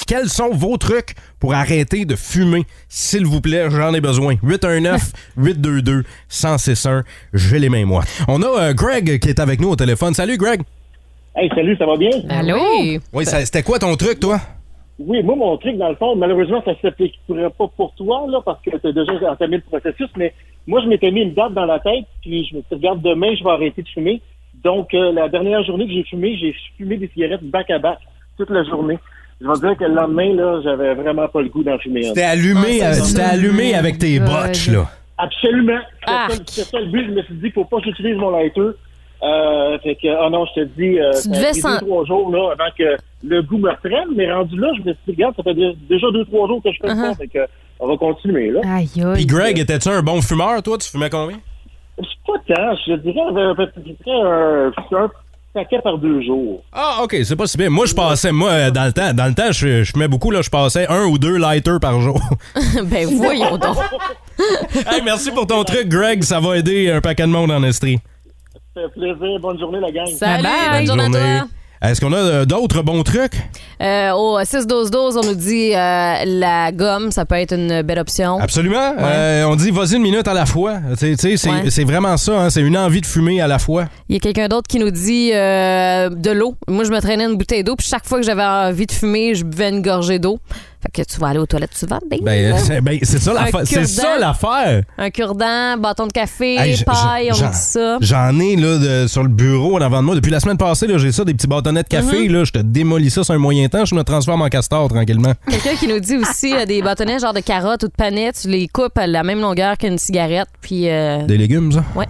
Speaker 1: Quels sont vos trucs pour arrêter de fumer? S'il vous plaît, j'en ai besoin. 819-822-1061. J'ai les mains, moi. On a euh, Greg qui est avec nous au téléphone. Salut, Greg.
Speaker 9: Hey, salut, ça va bien?
Speaker 3: Allô?
Speaker 2: Oui.
Speaker 1: Oui, ça- c'était quoi ton truc, toi?
Speaker 9: Oui, moi, mon truc, dans le fond, malheureusement, ça s'appliquerait pas pour toi, là, parce que tu as déjà entamé le processus, mais moi, je m'étais mis une date dans la tête, puis je me suis dit, regarde, demain, je vais arrêter de fumer. Donc, euh, la dernière journée que j'ai fumé, j'ai fumé des cigarettes bac à bac toute la journée. Je vais dire que le lendemain, là, j'avais vraiment pas le goût d'en fumer.
Speaker 1: T'es allumé,
Speaker 2: Ah, c'est
Speaker 1: euh,
Speaker 2: ça.
Speaker 1: tu t'es allumé avec tes
Speaker 3: Greg.
Speaker 1: botches, là.
Speaker 9: Absolument. C'était
Speaker 2: Ah.
Speaker 9: ça- C'était ça le but. Je me suis dit, faut pas que j'utilise mon lighter. Euh, fait que, oh non, je te dis, euh, ça a
Speaker 2: devais
Speaker 9: pris
Speaker 2: sen-
Speaker 9: deux, trois jours là, avant que le goût me reprenne. Mais rendu là, je me suis dit, regarde, ça fait dé- déjà deux, trois jours que je fais
Speaker 5: Uh-huh.
Speaker 9: ça. Fait que, on va continuer,
Speaker 5: Ah.
Speaker 9: là.
Speaker 3: Aïe,
Speaker 1: Puis
Speaker 3: aïe.
Speaker 1: Greg, étais-tu un bon fumeur, toi? Tu fumais combien?
Speaker 9: Je suis pas tant. Je dirais, euh, je dirais, euh, un paquet par deux jours.
Speaker 1: Ah, OK, c'est pas si bien. Moi, je passais, moi, euh, dans le temps, dans le temps, je je fumais beaucoup, là, je passais un ou deux lighters par jour. (laughs)
Speaker 2: Ben voyons donc.
Speaker 1: hey, merci pour ton truc, Greg. Ça va aider un paquet de monde en Estrie.
Speaker 9: Ça fait plaisir. Bonne journée, la gang.
Speaker 2: Salut,
Speaker 3: Bye-bye.
Speaker 2: bonne journée à toi.
Speaker 1: Est-ce qu'on a euh, d'autres bons trucs?
Speaker 2: Euh, au 6-12-12, on nous dit euh, la gomme, ça peut être une belle option.
Speaker 1: Absolument. Euh, on dit vas-y une minute à la fois. Tu sais, tu sais, c'est
Speaker 2: Ouais.
Speaker 1: c'est vraiment ça. hein, c'est une envie de fumer à la fois.
Speaker 2: Il y a quelqu'un d'autre qui nous dit euh, de l'eau. Moi, je me traînais une bouteille d'eau, puis chaque fois que j'avais envie de fumer, je buvais une gorgée d'eau. Fait que tu vas aller aux toilettes souvent, Dave.
Speaker 1: Ben, euh, c'est (laughs) ben, c'est ça l'affaire.
Speaker 2: Oh. Un
Speaker 1: C'est ça
Speaker 2: cure-dent.
Speaker 1: l'affaire.
Speaker 2: Un cure-dent, bâton de café,
Speaker 1: Hey, j-
Speaker 2: paille,
Speaker 1: j-
Speaker 2: on
Speaker 1: j'en-
Speaker 2: dit ça.
Speaker 1: J'en ai là, de- sur le bureau en avant de moi. Depuis la semaine passée, là, j'ai ça, des petits bâtonnets de
Speaker 2: Mm-hmm.
Speaker 1: café. là, je te démolis ça sur un moyen temps. Je me transforme en castor tranquillement.
Speaker 2: Quelqu'un qui nous dit aussi euh, des bâtonnets genre de carottes ou de panettes, tu les coupes à la même longueur qu'une cigarette, puis... euh,
Speaker 1: Des légumes, ça.
Speaker 2: Ouais.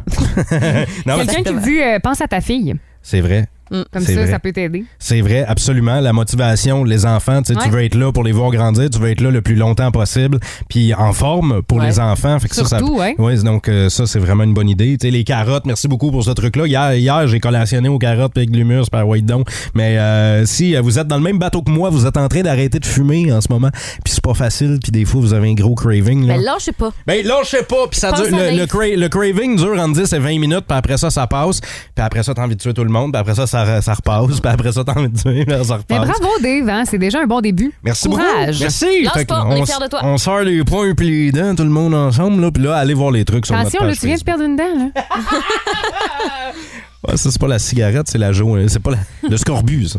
Speaker 1: non, mais
Speaker 3: Quelqu'un qui dit euh, pense à ta fille.
Speaker 1: c'est vrai.
Speaker 3: Comme ça,
Speaker 1: C'est vrai.
Speaker 3: ça peut t'aider.
Speaker 1: C'est vrai, absolument. La motivation, les enfants, tu sais, tu
Speaker 3: Ouais.
Speaker 1: veux être là pour les voir grandir, tu veux être là le plus longtemps possible, puis en forme pour
Speaker 2: Ouais.
Speaker 1: les enfants. Fait que ça,
Speaker 3: Surtout,
Speaker 1: ça,
Speaker 3: ouais.
Speaker 1: donc euh, ça, c'est vraiment une bonne idée. Tu sais, les carottes, merci beaucoup pour ce truc-là. Hier, hier j'ai collationné aux carottes puis avec de l'humus par White Don. Mais euh, si euh, vous êtes dans le même bateau que moi, vous êtes en train d'arrêter de fumer en ce moment, puis c'est pas facile, puis des fois, vous avez un gros craving. Là.
Speaker 2: Ben là, je sais pas.
Speaker 1: Ben là, je sais pas. Puis ça
Speaker 2: Pense à
Speaker 1: dure, le,
Speaker 2: Dave.
Speaker 1: le cra- le craving dure entre 10 et 20 minutes, puis après ça, ça passe. Puis après ça, t'as envie de tuer tout le monde. Puis après ça, ça, ça repasse. Puis après ça, t'as envie de tuer, puis ça repasse.
Speaker 3: Mais bravo, Dave, hein, c'est déjà un bon début.
Speaker 1: Merci beaucoup.
Speaker 3: Courage.
Speaker 1: Merci.
Speaker 2: Lâche
Speaker 1: Fait que
Speaker 2: pas, on est
Speaker 1: s-
Speaker 2: fiers de toi.
Speaker 1: On sort les points puis les dents, tout le monde ensemble. Là, puis là, allez voir les trucs sur
Speaker 3: Attention,
Speaker 1: notre
Speaker 3: là,
Speaker 1: page
Speaker 3: tu viens de
Speaker 1: Facebook.
Speaker 3: perdre une dent. Là.
Speaker 1: Ouais, ça, c'est pas la cigarette, c'est la jo... C'est pas la... le scorbut, ça.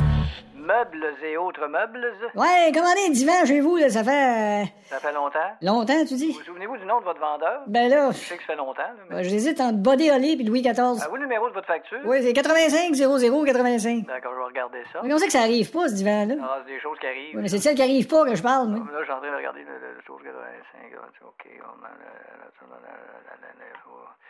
Speaker 10: Meubles et autres meubles,
Speaker 5: Ouais, commandez un divan chez vous, là, ça fait euh,
Speaker 10: ça fait longtemps.
Speaker 5: longtemps, tu dis?
Speaker 10: Vous souvenez-vous du nom de votre vendeur?
Speaker 5: Ben là,
Speaker 10: Je sais que ça fait longtemps. là, mais-
Speaker 5: euh, j'hésite entre Body Holly puis Louis XIV.
Speaker 10: Ah oui, le numéro de votre facture?
Speaker 5: Oui, c'est 85 00 85.
Speaker 10: D'accord, je vais regarder ça.
Speaker 5: Mais comment ça que ça arrive pas, ce divan-là?
Speaker 10: Ah, c'est des choses qui arrivent.
Speaker 5: Ouais, mais c'est de celle qui arrive pas que je parle, moi.
Speaker 10: Là, je suis en train de regarder le, le, le chose 85. là, tu- OK, on a le- le- le- le- le- le- le-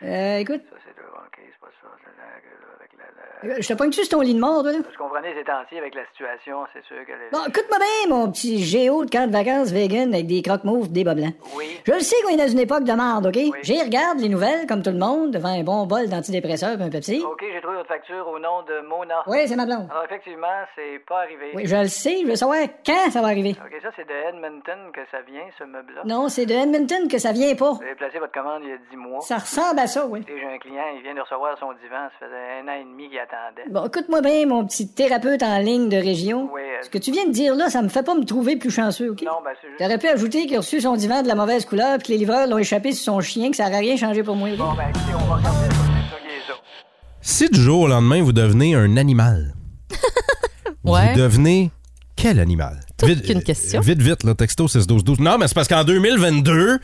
Speaker 5: Euh, écoute,
Speaker 10: Ça, c'est deux. OK, c'est pas ça. c'est la- que- avec la- la-
Speaker 5: euh, je te pogne-tu sur ton lit de mort, toi, là?
Speaker 10: Je comprenais ces temps-ci avec la situation, c'est sûr que... les-
Speaker 5: Bon, écoute-moi bien, mon petit géo de camp de vacances vegan avec des croque mouves des bas blancs.
Speaker 10: Oui.
Speaker 5: Je le sais qu'on est dans une époque de marde, OK? J'y regarde les nouvelles, comme tout le monde, devant un bon bol d'antidépresseurs et un Pepsi.
Speaker 10: OK, Ah, j'ai trouvé votre facture au nom de Mona.
Speaker 5: Oui, c'est ma blonde.
Speaker 10: Alors, effectivement, c'est pas arrivé.
Speaker 5: Oui, je le sais, je veux savoir quand ça va arriver.
Speaker 10: OK, ça, c'est de Edmonton que ça vient, ce meuble-là.
Speaker 5: Non, c'est de Edmonton que ça vient pas.
Speaker 10: Vous avez placé votre commande il y a 10 mois.
Speaker 5: Ça ressemble à ça, oui.
Speaker 10: Écoutez, J'ai un client, il vient de recevoir son divan, ça faisait un an et demi qu'il attendait.
Speaker 5: Bon, écoute-moi bien, mon petit thérapeute en ligne de région.
Speaker 10: Oui, euh,
Speaker 5: Ce que tu viens de dire là, ça me fait pas me trouver plus chanceux, OK?
Speaker 10: Non, ben c'est juste...
Speaker 5: T'aurais pu ajouter qu'il a reçu son divan de la mauvaise couleur puis que les livreurs l'ont échappé sur son chien, que ça aurait rien changé pour moi. OK?
Speaker 10: Bon, ben écoutez, on va regarder ça, c'est ça qui est ça.
Speaker 1: Si du jour au lendemain, vous devenez
Speaker 2: (laughs)
Speaker 1: un animal,
Speaker 2: Ouais.
Speaker 1: vous devenez quel animal?
Speaker 2: Toute qu'une question.
Speaker 1: Vite, vite, le texto 6-12-12. Non, mais c'est parce qu'en 2022,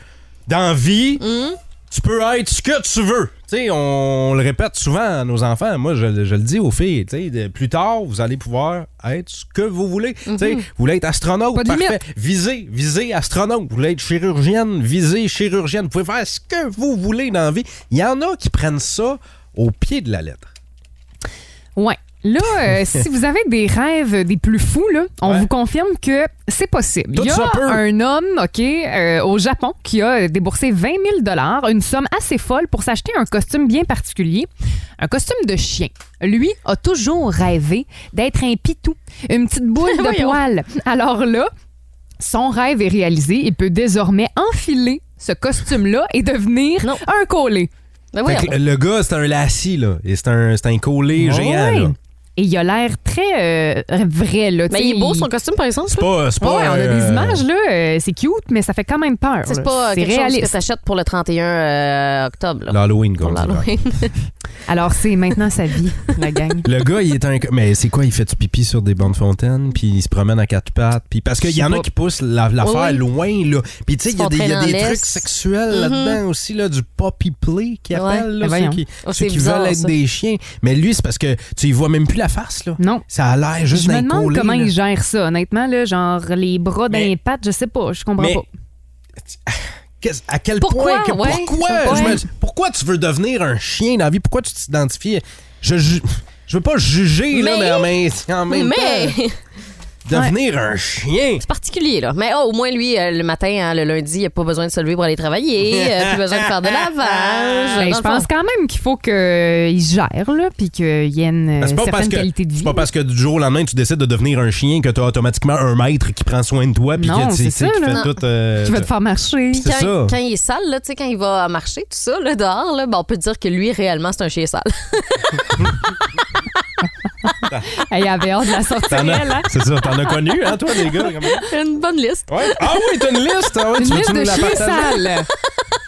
Speaker 1: dans vie,
Speaker 2: Hmm?
Speaker 1: tu peux être ce que tu veux. Tu sais, on le répète souvent à nos enfants. Moi, je, le- je le dis aux filles. tu sais, de- plus tard, vous allez pouvoir être ce que vous voulez. Tu sais, vous voulez être astronaute,
Speaker 3: Mm-hmm. Pas de
Speaker 1: parfait.
Speaker 3: limite.
Speaker 1: Visez, visez astronaute. Vous voulez être chirurgienne, visez chirurgienne. Vous pouvez faire ce que vous voulez dans la vie. Il y en a qui prennent ça au pied de la lettre.
Speaker 3: Ouais. Là,
Speaker 1: (laughs)
Speaker 3: euh, si vous avez des rêves des plus fous, là, on
Speaker 1: Ouais.
Speaker 3: vous confirme que c'est possible.
Speaker 1: Tout
Speaker 3: Il y
Speaker 1: ça
Speaker 3: a
Speaker 1: peut.
Speaker 3: un homme, OK, euh, au Japon qui a déboursé 20 000 une somme assez folle pour s'acheter un costume bien particulier, un costume de chien. Lui a toujours rêvé d'être un pitou, une petite
Speaker 1: (laughs)
Speaker 3: boule de poil. Alors là, son rêve est réalisé. Il peut désormais enfiler ce costume-là et devenir
Speaker 2: Non.
Speaker 3: un collet.
Speaker 2: Ben
Speaker 1: Fait
Speaker 2: voyons.
Speaker 1: que euh, le gars, c'est un lassis, là. Et c'est un, c'est un collé géant,
Speaker 3: Oh, Ouais.
Speaker 1: là.
Speaker 3: Et il a l'air très euh, vrai. Là, Tu
Speaker 2: Mais
Speaker 3: sais,
Speaker 2: Ben, il est beau son costume, par exemple.
Speaker 1: C'est pas, c'est pas,
Speaker 3: ouais, on a des
Speaker 1: euh,
Speaker 3: images, là. euh, c'est cute, mais ça fait quand même peur.
Speaker 2: C'est
Speaker 3: là.
Speaker 2: pas quelque chose que
Speaker 3: réaliste.
Speaker 2: t'achètes pour le 31 euh, octobre. là.
Speaker 1: L'Halloween,
Speaker 2: Pour
Speaker 1: qu'on dit.
Speaker 2: l'Halloween.
Speaker 3: Alors, c'est maintenant sa
Speaker 2: (laughs)
Speaker 3: vie, la gang.
Speaker 1: Le gars, il est un. Mais c'est quoi, il fait du pipi sur des bancs de fontaine, puis il se promène à quatre pattes, puis parce qu'il y en a qui poussent la- l'affaire
Speaker 2: Oui, oui.
Speaker 1: loin, là. Puis tu
Speaker 2: Ils
Speaker 1: sais, il y a
Speaker 2: se
Speaker 1: des,
Speaker 2: font
Speaker 1: il y a
Speaker 2: traîner
Speaker 1: des
Speaker 2: en
Speaker 1: trucs
Speaker 2: laisse.
Speaker 1: sexuels là-dedans aussi, là, du poppy play qui
Speaker 2: Mm-hmm. Ouais.
Speaker 1: appelle, là,
Speaker 3: Ben
Speaker 1: ceux
Speaker 3: voyons.
Speaker 1: qui,
Speaker 2: Oh,
Speaker 1: ceux
Speaker 2: c'est
Speaker 1: qui
Speaker 2: bizarre,
Speaker 1: veulent être
Speaker 2: ça.
Speaker 1: des chiens. Mais lui, c'est parce que tu y vois même plus la face, là.
Speaker 3: Non.
Speaker 1: Ça a l'air juste
Speaker 3: Je me
Speaker 1: d'un
Speaker 3: demande
Speaker 1: collé,
Speaker 3: comment
Speaker 1: là.
Speaker 3: il gère ça, honnêtement, là, genre les bras d'un
Speaker 1: Mais-
Speaker 3: pattes, je sais pas, je comprends
Speaker 1: Mais-
Speaker 3: pas.
Speaker 1: (laughs) Qu'est-ce- à quel
Speaker 2: Pourquoi?
Speaker 1: point que-
Speaker 2: Ouais.
Speaker 1: pourquoi je me-
Speaker 2: Ouais.
Speaker 1: pourquoi tu veux devenir un chien dans la vie pourquoi tu t'identifies je ju- je veux pas juger là
Speaker 2: Mais-
Speaker 1: mais en même, en même
Speaker 2: Mais
Speaker 1: temps devenir un chien
Speaker 3: Euh,
Speaker 2: c'est particulier, là. Mais oh, au moins, lui, euh, le matin, hein, le lundi, il a pas besoin de se lever pour aller travailler, euh, plus besoin de faire de lavage.
Speaker 3: Ben,
Speaker 2: Ah, Dans
Speaker 3: je
Speaker 2: le
Speaker 3: pense
Speaker 2: fond.
Speaker 3: quand même qu'il faut qu'il gère, là, puis qu'il y ait une
Speaker 1: Ben, c'est pas, parce
Speaker 3: certaine
Speaker 1: que,
Speaker 3: qualité de vie.
Speaker 1: c'est pas parce que du jour au lendemain tu décides de devenir un chien que tu as automatiquement un maître qui prend soin de toi puis
Speaker 3: Non,
Speaker 1: que tu-
Speaker 3: c'est
Speaker 1: tu sais,
Speaker 3: ça,
Speaker 1: qui
Speaker 3: là.
Speaker 1: fait
Speaker 3: Non.
Speaker 1: tout euh,
Speaker 3: Tu vas te faire
Speaker 2: (laughs)
Speaker 3: marcher.
Speaker 1: c'est ça
Speaker 2: Quand, quand il est sale, là, tu sais, quand il va marcher, tout ça, là, dehors, là, ben, on peut dire que lui, réellement, c'est un chien sale.
Speaker 3: Elle avait hâte de la sortir,
Speaker 1: T'en as-
Speaker 3: elle, hein?
Speaker 1: C'est ça, t'en as connu, hein, toi, les gars? comme-
Speaker 2: (laughs) Une bonne liste.
Speaker 1: Ouais. Ah oui, t'as une liste! Ah ouais, tu
Speaker 3: Une
Speaker 1: veux-tu
Speaker 3: liste
Speaker 1: nous
Speaker 3: de
Speaker 1: la
Speaker 3: chiens
Speaker 1: partager?
Speaker 3: sales.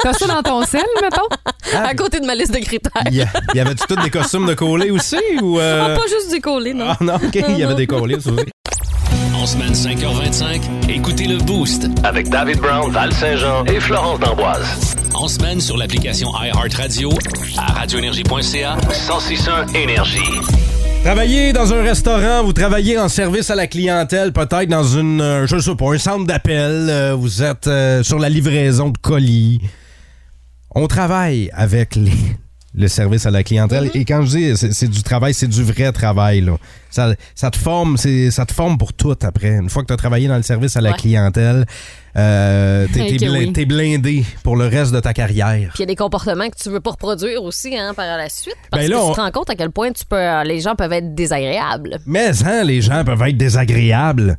Speaker 3: T'as ça dans ton sel, mettons?
Speaker 2: À côté de ma liste de critères.
Speaker 1: Il Ah, y, a- il y avait-tu tous des costumes de collés aussi? Ou
Speaker 2: Ah,
Speaker 1: euh,
Speaker 2: pas juste du collé, non.
Speaker 1: Ah non, OK, il y avait des collés aussi.
Speaker 7: En semaine 5h25, écoutez le Boost.
Speaker 8: Avec David Brown, Val Saint-Jean et Florence d'Amboise.
Speaker 7: En semaine sur l'application iHeartRadio à radioénergie.ca.
Speaker 8: 1061 Énergie.
Speaker 1: Travailler dans un restaurant, vous travaillez en service à la clientèle, peut-être dans une, euh, je sais pas, un centre d'appel, euh, vous êtes euh, sur la livraison de colis. On travaille avec les- le service à la clientèle.
Speaker 3: Mm-hmm.
Speaker 1: Et quand je dis c'est, c'est du travail, c'est du vrai travail. là. Ça, ça te forme, c'est, ça te forme pour tout après. Une fois que tu as travaillé dans le service à la
Speaker 2: Ouais.
Speaker 1: clientèle, euh,
Speaker 3: (laughs)
Speaker 1: t'es,
Speaker 3: Eh
Speaker 1: t'es
Speaker 3: que
Speaker 1: blin-
Speaker 3: oui.
Speaker 1: t'es blindé pour le reste de ta carrière.
Speaker 2: Puis il y a des comportements que tu veux pas reproduire aussi hein, par la suite. Parce
Speaker 1: Ben là,
Speaker 2: que
Speaker 1: on-
Speaker 2: tu te rends compte à quel point tu peux, euh, les gens peuvent être désagréables.
Speaker 1: Mais hein, les gens peuvent être désagréables.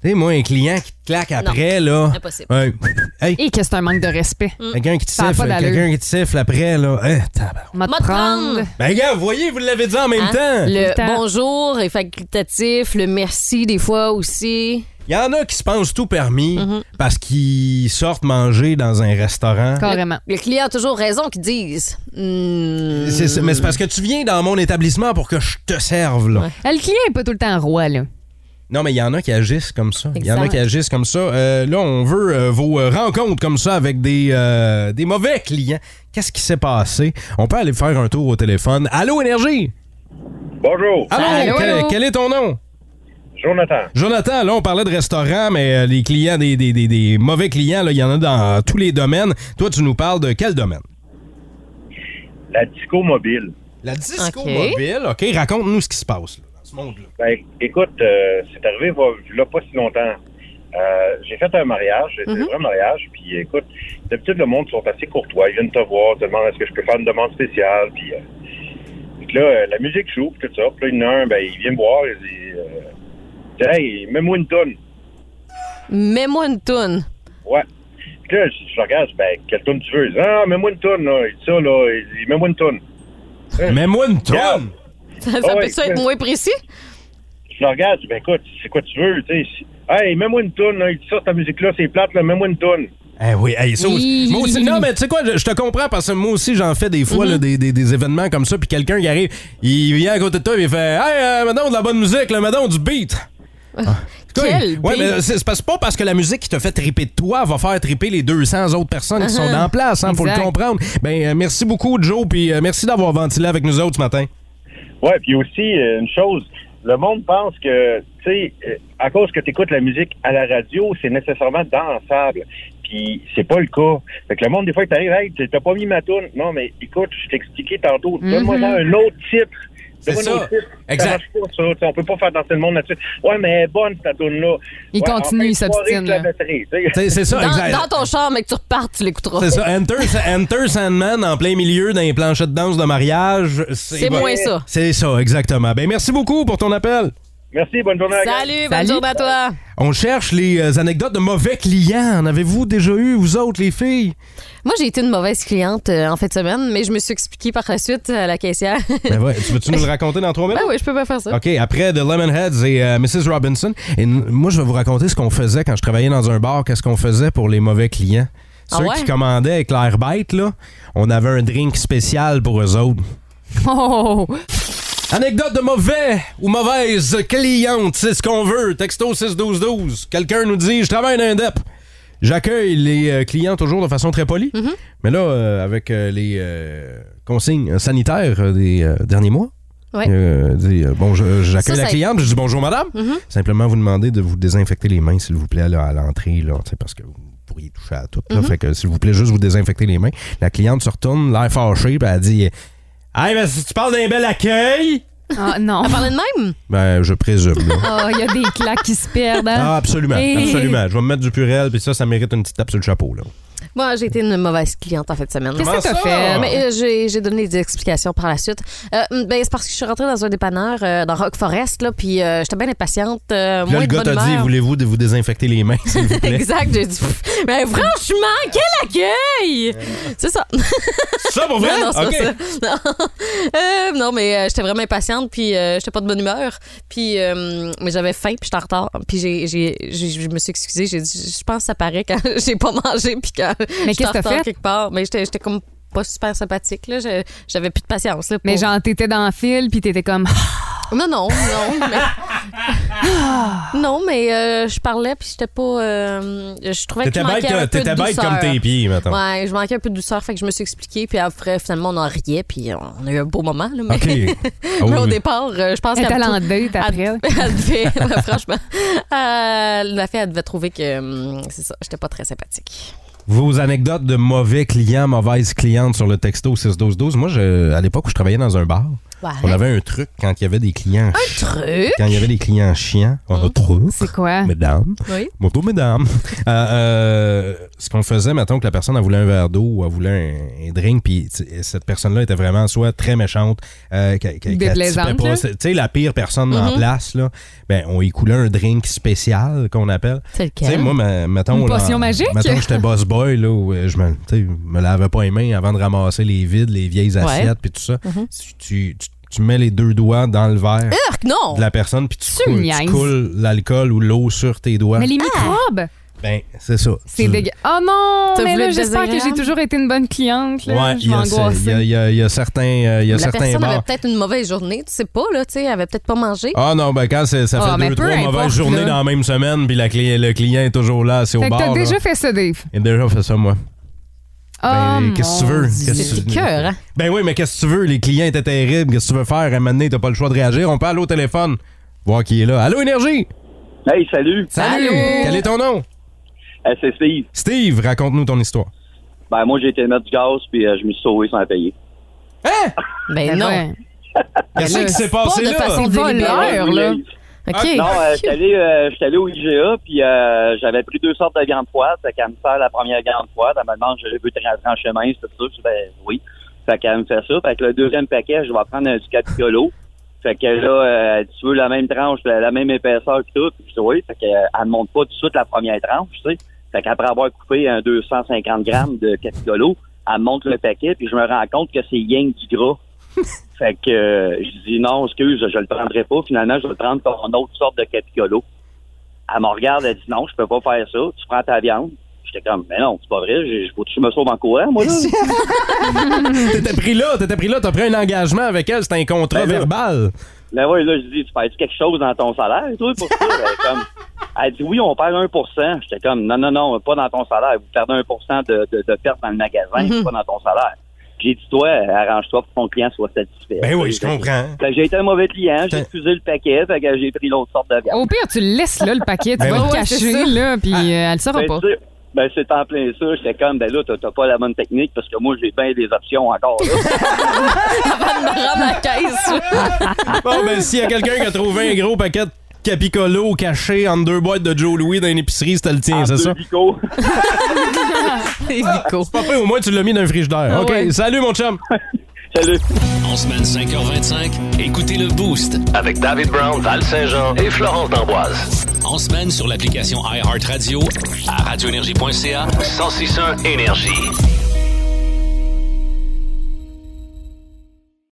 Speaker 1: Tu sais, moi, un client qui te claque après, là.
Speaker 2: impossible.
Speaker 1: Ouais. Hey,
Speaker 3: Et que c'est un manque de respect.
Speaker 1: quelqu'un qui te
Speaker 3: Ça a
Speaker 1: siffle,
Speaker 3: pas d'allure.
Speaker 1: quelqu'un qui te siffle après, là. Hein, tabarnak.
Speaker 3: M'a te
Speaker 2: M'a te prendre.
Speaker 3: prendre.
Speaker 1: ben, gars, vous voyez, vous l'avez dit en même
Speaker 2: Hein?
Speaker 1: temps. Il
Speaker 2: Le
Speaker 3: Tout le temps.
Speaker 2: bonjour est facultatif, le merci des fois aussi.
Speaker 1: y en a qui se pensent tout permis parce qu'ils sortent manger dans un restaurant.
Speaker 3: Carrément.
Speaker 2: Le client a toujours raison qu'ils disent. Hmm.
Speaker 1: C'est ça, mais c'est parce que tu viens dans mon établissement pour que je te serve, là.
Speaker 3: Ah, Le client est pas tout le temps roi, là.
Speaker 1: Non, mais il y en a qui agissent comme ça. Il y en a
Speaker 2: Exact.
Speaker 1: qui agissent comme ça. Euh, là, on veut euh, vos euh, rencontres comme ça avec des, euh, des mauvais clients. Qu'est-ce qui s'est passé? On peut aller faire un tour au téléphone. Allô, Énergie?
Speaker 11: Bonjour,
Speaker 1: Allô,
Speaker 3: Allô,
Speaker 1: quel,
Speaker 3: allô?
Speaker 1: quel est ton nom?
Speaker 11: Jonathan.
Speaker 1: Jonathan, là, on parlait de restaurant, mais euh, les clients, des, des- des- des mauvais clients, là, il y en a dans tous les domaines. Toi, tu nous parles de quel domaine?
Speaker 11: La disco mobile.
Speaker 1: La disco
Speaker 2: Ok.
Speaker 1: mobile. OK, raconte-nous ce qui se passe là, dans ce monde-là.
Speaker 11: Ben, écoute, euh, c'est arrivé va- là pas si longtemps. Euh, j'ai fait un mariage, c'était un vrai mariage, puis écoute, d'habitude le monde sont assez courtois, ils viennent te voir, te demandent est-ce que je peux faire une demande spéciale, puis, euh, puis là, euh, la musique joue, puis tout ça, puis là, il y en a un, ben, il vient me voir, il dit, euh, il dit, hey, mets-moi une tonne,
Speaker 2: Mets-moi une toune. (laughs)
Speaker 11: ouais. Puis là, je, je regarde, je dis, ben, quelle tonne tu veux? Il dit, ah, mets-moi une tonne, là, il dit ça, là, il dit, mets-moi une tonne.
Speaker 1: Mets-moi une
Speaker 11: Yeah.
Speaker 1: tonne!
Speaker 2: Ça, ça
Speaker 11: Ah ouais.
Speaker 2: peut-tu être moins précis?
Speaker 11: je le regarde, je dis, ben écoute, c'est quoi tu veux, tu sais. Hey, mets-moi une toune, là. Il dit ça, ta musique-là, c'est plate, là, mets-moi une toune.
Speaker 1: Eh oui, eh, ça aussi-
Speaker 3: Oui.
Speaker 1: moi aussi- non, mais tu sais quoi, je, je te comprends parce que moi aussi, j'en fais des fois
Speaker 2: Mm-hmm.
Speaker 1: là, des, des- des événements comme ça, puis quelqu'un qui arrive, il vient à côté de toi et il fait Hey, euh, madame, de la bonne musique, là, madame, du beat. Ah. Toi,
Speaker 2: Quel
Speaker 1: ouais,
Speaker 2: beat?
Speaker 1: mais c'est c'est parce- pas parce que la musique qui te fait triper de toi va faire triper les 200 autres personnes qui
Speaker 2: Uh-huh.
Speaker 1: sont en place, hein, faut le
Speaker 3: Exact.
Speaker 1: comprendre. Ben, euh, merci beaucoup, Joe, puis euh, merci d'avoir ventilé avec nous autres ce matin.
Speaker 11: Ouais, puis aussi, euh, une chose, le monde pense que, tu sais, euh, à cause que tu écoutes la musique à la radio, c'est nécessairement dansable. Puis c'est pas le cas. Fait que le monde, des fois, il t'arrive, hey, t- t'as pas mis ma toune. Non, mais écoute, je t'ai expliqué tantôt. Donne-moi là un autre titre.
Speaker 1: Mm-hmm. C'est
Speaker 11: Donne-moi un
Speaker 1: ça.
Speaker 11: autre titre.
Speaker 1: Exact.
Speaker 11: Ça marche pas, ça. Tu sais, on peut pas faire danser le monde là-dessus. Ouais, mais elle est bonne, cette toune-là.
Speaker 3: Il
Speaker 11: Ouais, en
Speaker 3: continue,
Speaker 11: fin de
Speaker 3: il s'obstine,
Speaker 11: soirée, je la
Speaker 3: là.
Speaker 11: mettrai, tu sais.
Speaker 1: C'est c'est ça,
Speaker 2: Dans,
Speaker 1: exact.
Speaker 2: dans ton char, mais que tu repartes, tu l'écouteras.
Speaker 1: C'est ça. Enter, Enter Sandman en plein milieu d'un plancher de danse de mariage.
Speaker 2: C'est
Speaker 1: bah,
Speaker 2: moins ça.
Speaker 1: C'est ça, exactement. Ben, merci beaucoup pour ton appel.
Speaker 11: Merci, bonne journée. à la gang.
Speaker 2: Salut, bonne
Speaker 3: Salut.
Speaker 2: journée à toi.
Speaker 1: On cherche les euh, anecdotes de mauvais clients. En avez-vous déjà eu, vous autres, les filles?
Speaker 2: Moi, j'ai été une mauvaise cliente euh, en fin de semaine, mais je me suis expliquée par la suite euh, à la caissière. (laughs)
Speaker 1: Ben ouais, tu veux-tu nous le raconter dans trois minutes?
Speaker 2: ben oui, je peux pas faire ça. (laughs)
Speaker 1: OK, après The Lemonheads et euh, Mrs. Robinson. Et n- moi, je vais vous raconter ce qu'on faisait quand je travaillais dans un bar, qu'est-ce qu'on faisait pour les mauvais clients.
Speaker 2: Ah
Speaker 1: Ceux
Speaker 2: ouais?
Speaker 1: qui commandaient avec l'air bête, là, on avait un drink spécial pour eux autres.
Speaker 3: Oh!
Speaker 1: Anecdote de mauvais ou mauvaise cliente, c'est ce qu'on veut. Texto 61212. Quelqu'un nous dit Je travaille dans un DEP. J'accueille les euh, clients toujours de façon très polie.
Speaker 2: Mm-hmm.
Speaker 1: Mais là, euh, avec euh, les euh, consignes sanitaires euh, des euh, derniers mois,
Speaker 2: Ouais.
Speaker 1: euh, dit, euh, bon, je- j'accueille
Speaker 2: Ça, ça-
Speaker 1: la
Speaker 2: Mm-hmm.
Speaker 1: cliente, puis je dis bonjour madame. Simplement vous demander de vous désinfecter les mains, s'il vous plaît, là, à l'entrée, là, tu sais, parce que vous pourriez toucher à tout.
Speaker 2: Mm-hmm.
Speaker 1: là. Fait que s'il vous plaît, juste vous désinfecter les mains. La cliente se retourne, l'air fâchée, puis elle dit Hey, ben, si tu parles d'un bel accueil,
Speaker 3: Ah,
Speaker 2: (laughs)
Speaker 3: non.
Speaker 2: On parlait de même?
Speaker 1: ben, je présume.
Speaker 3: (laughs)
Speaker 1: là.
Speaker 3: Ah, il y a des claques qui se perdent. hein.
Speaker 1: Ah, absolument,
Speaker 3: Et-
Speaker 1: absolument. Je vais me mettre du purel, puis ça, ça mérite une petite tape sur le chapeau. Là.
Speaker 2: Moi, j'ai été une mauvaise cliente en fait de semaine.
Speaker 3: Qu'est-ce que t'as Comment ça? fait?
Speaker 2: Mais, euh, j'ai, j'ai donné des explications par la suite. Euh, ben, c'est parce que je suis rentrée dans un dépanneur euh, dans Rock Forest, là, puis euh, j'étais bien impatiente. euh,
Speaker 1: Puis là,
Speaker 2: moins
Speaker 1: le
Speaker 2: de
Speaker 1: gars
Speaker 2: bonne
Speaker 1: t'a dit
Speaker 2: humeur. (laughs)
Speaker 1: voulez-vous de vous désinfecter les mains, s'il vous plaît
Speaker 2: Exact, j'ai dit. pff, Mais franchement, quel accueil! C'est ça.
Speaker 1: Ça, pour vrai?
Speaker 2: Non, non, c'est
Speaker 1: Ok.
Speaker 2: pas ça. (laughs) Non. Euh, non, mais euh, j'étais vraiment impatiente, puis euh, j'étais pas de bonne humeur. Puis euh, mais j'avais faim, puis j'étais en retard. Puis j'ai, j'ai, j'ai- je me suis excusée. J'ai dit, je pense que ça paraît quand (laughs) j'ai pas mangé, puis quand
Speaker 3: Mais
Speaker 2: j'étais
Speaker 3: qu'est-ce
Speaker 2: en
Speaker 3: que t'as
Speaker 2: retard
Speaker 3: fait?
Speaker 2: quelque part. Mais j'étais, j'étais comme pas super sympathique. Là. Je- J'avais plus de patience. Là, pour-
Speaker 3: Mais genre, t'étais dans le fil, puis t'étais comme. (laughs)
Speaker 2: Ah, Non, non, non. mais... non, mais euh, je parlais, puis j'étais pas... euh, je trouvais que je
Speaker 1: T'étais bête,
Speaker 2: manquais un
Speaker 1: que-
Speaker 2: peu de
Speaker 1: t'étais bête
Speaker 2: douceur.
Speaker 1: comme tes pieds, mettons.
Speaker 2: Ouais, je manquais un peu de douceur, fait que je me suis expliquée, puis après, finalement, on en riait, puis on a eu un beau moment. Là, mais... (laughs)
Speaker 1: OK. Ah oui,
Speaker 2: mais au
Speaker 1: oui.
Speaker 2: départ, euh, je pense
Speaker 3: Elle
Speaker 2: qu'elle
Speaker 3: était allée en
Speaker 2: tout-
Speaker 3: date après.
Speaker 2: elle- elle devait, (laughs) ouais, franchement, euh, la fille, elle devait trouver que, hum, c'est ça, j'étais pas très sympathique.
Speaker 1: Vos anecdotes de mauvais clients, mauvaises clientes sur le texto 6-12-12. Moi, je- à l'époque où je travaillais dans un bar,
Speaker 2: Ouais.
Speaker 1: on avait un truc quand il y avait des clients. chi-
Speaker 2: Truc? Oh.
Speaker 1: Quand il y avait des clients chiens, on a trop.
Speaker 3: C'est quoi?
Speaker 1: Mesdames.
Speaker 2: Oui.
Speaker 1: Bonjour, mesdames. (laughs) Euh, euh, ce qu'on faisait, mettons que la personne, elle voulait un verre d'eau ou elle voulait un, un drink, puis tu sais, cette personne-là était vraiment soit très méchante, euh, qu'elle- qu'elle- qu'elle
Speaker 3: Déplaisante,
Speaker 1: typait pas.
Speaker 3: là. Mm-hmm.
Speaker 1: C'est- Tu sais, la pire personne en
Speaker 2: Mhm.
Speaker 1: place, là, ben, on y coulait un drink spécial qu'on appelle.
Speaker 2: C'est
Speaker 1: Tu sais,
Speaker 2: lequel?
Speaker 1: moi, ma- mettons.
Speaker 3: Une
Speaker 1: là,
Speaker 3: potion magique?
Speaker 1: Mettons
Speaker 3: (laughs)
Speaker 1: que j'étais boss boy, là, où euh, je me, tu sais, me lavais pas les mains avant de ramasser les vides, les vieilles assiettes, puis tout ça.
Speaker 3: Mm-hmm.
Speaker 1: Tu- tu, tu- tu mets les deux doigts dans le verre
Speaker 2: Urk, non!
Speaker 1: de la personne, puis tu,
Speaker 3: Tu
Speaker 1: cou-
Speaker 3: me
Speaker 1: tu
Speaker 3: niaises.
Speaker 1: coules l'alcool ou l'eau sur tes doigts.
Speaker 3: Mais
Speaker 2: Ah!
Speaker 3: les microbes,
Speaker 1: Ben, c'est ça.
Speaker 3: c'est
Speaker 1: Tu-
Speaker 3: dégueu. Oh non,
Speaker 2: T'as
Speaker 3: mais
Speaker 2: voulu
Speaker 3: là,
Speaker 2: être
Speaker 3: j'espère que j'ai
Speaker 2: désagréable?
Speaker 3: toujours été une bonne cliente. Là.
Speaker 1: Ouais,
Speaker 3: je
Speaker 1: il y, a ça- il y a-
Speaker 3: m'angoissais.
Speaker 1: il y a- il y a certains, euh, il y a
Speaker 2: la
Speaker 1: certains
Speaker 2: personne avait
Speaker 1: bars.
Speaker 2: peut-être une mauvaise journée, tu sais pas, là, tu sais, elle avait peut-être pas mangé.
Speaker 1: Ah non, ben quand c'est- ça fait
Speaker 3: Ah, mais
Speaker 1: deux,
Speaker 3: peu
Speaker 1: trois
Speaker 3: importe,
Speaker 1: mauvaises journées
Speaker 3: là.
Speaker 1: dans la même semaine, puis la cli- le client est toujours là, c'est au
Speaker 3: Fait que
Speaker 1: bar.
Speaker 3: t'as
Speaker 1: là.
Speaker 3: déjà fait ça, Dave.
Speaker 1: J'ai déjà fait ça, moi.
Speaker 3: Oh,
Speaker 1: Ben, qu'est-ce que tu
Speaker 3: mon
Speaker 1: veux?
Speaker 3: Dieu.
Speaker 1: Qu'est-ce que
Speaker 2: C'est
Speaker 1: tu-
Speaker 2: cœur, hein?
Speaker 1: Ben oui, mais qu'est-ce que tu veux? Les clients étaient terribles. Qu'est-ce que tu veux faire? À un moment donné, t'as pas le choix de réagir. On peut aller au téléphone, voir qui est là. Allô, Énergie!
Speaker 9: Hey, salut.
Speaker 1: Salut! Quel est ton nom?
Speaker 9: Euh, c'est Steve.
Speaker 1: Steve, raconte-nous ton histoire.
Speaker 9: Ben, moi, j'ai été mettre du gaz, puis euh, je me suis sauvé sans payer.
Speaker 2: Ben
Speaker 3: Ben
Speaker 2: non.
Speaker 3: ouais.
Speaker 1: Qu'est-ce
Speaker 3: là,
Speaker 1: qui s'est
Speaker 3: c'est
Speaker 1: passé
Speaker 2: pas de
Speaker 1: là?
Speaker 2: façon-
Speaker 3: C'est
Speaker 9: Ah,
Speaker 3: voleur,
Speaker 2: Voleur,
Speaker 3: là.
Speaker 2: OK.
Speaker 9: Non, euh,
Speaker 2: (laughs)
Speaker 9: j'étais allé, euh, j'étais allé au IGA, puis euh, j'avais pris deux sortes de viande froide. Fait qu'elle me fait la première viande froide. Elle me demande, je veux tra- trancher mince, tout ça. Je dis, ben oui. Fait qu'elle me fait ça. Fait que le deuxième paquet, je vais prendre un, du capiolo. Fait que là, euh, tu veux la même tranche, la, la même épaisseur que tout. Je dis oui. Fait qu'elle ne monte pas tout de suite la première tranche, tu sais. Fait qu'après avoir coupé un 250 grammes de capiolo, elle me montre le paquet, puis je me rends compte que c'est gang du gras. Fait que euh, je dis non, excuse, je le prendrai pas. Finalement, je vais le prendre comme une autre sorte de capicolo. Elle me regarde, elle dit non, je peux pas faire ça. Tu prends ta viande. J'étais comme, mais non, c'est pas vrai. Je, faut que tu me sauves en courant, moi, là.
Speaker 1: T'étais pris là, t'étais pris là, t'as pris un engagement avec elle, c'était un contrat
Speaker 9: Ben là.
Speaker 1: verbal.
Speaker 9: Là, ouais, là, je dis, tu perds quelque chose dans ton salaire, toi, pour ça? Elle, est comme, elle dit, oui, on perd 1 J'étais comme, non, non, non, pas dans ton salaire. Vous perdez 1 de, de, de perte dans le magasin, c'est pas dans ton salaire. J'ai dit, toi, arrange-toi pour que ton client soit satisfait.
Speaker 1: Ben oui, je comprends.
Speaker 9: Fait que J'ai été un mauvais client, j'ai
Speaker 1: T'as-
Speaker 9: refusé le paquet, fait que j'ai pris l'autre sorte de viande.
Speaker 3: Au pire, tu le laisses là, le paquet. Tu
Speaker 1: Ben
Speaker 3: vas
Speaker 1: oui.
Speaker 3: le
Speaker 2: Ouais, c'est ça.
Speaker 3: cacher, là, puis euh, elle le saura
Speaker 9: Ben,
Speaker 3: pas.
Speaker 9: tu sais, ben, c'est en plein ça. J'étais comme, ben là, t'as- t'as pas la bonne technique parce que moi, j'ai bien des options encore. là.
Speaker 2: Rends la caisse.
Speaker 1: Bon, ben, s'il y a quelqu'un qui a trouvé un gros paquet de Capicolo caché entre deux boîtes de Joe Louis dans une épicerie, c'était le tien,
Speaker 9: En
Speaker 1: (laughs) c'est
Speaker 9: deux
Speaker 1: ça?
Speaker 9: bicots. (laughs)
Speaker 2: Les vicos.
Speaker 1: Pas pire, au moins tu l'as mis dans un frigidaire.
Speaker 2: Ah
Speaker 1: OK,
Speaker 2: ouais.
Speaker 1: salut mon chum!
Speaker 9: Salut.
Speaker 7: En semaine 5h25, écoutez le Boost.
Speaker 8: Avec David Brown, Val Saint-Jean et Florence D'Amboise.
Speaker 7: En semaine sur l'application iHeartRadio, à radioénergie.ca
Speaker 8: 1061 Énergie.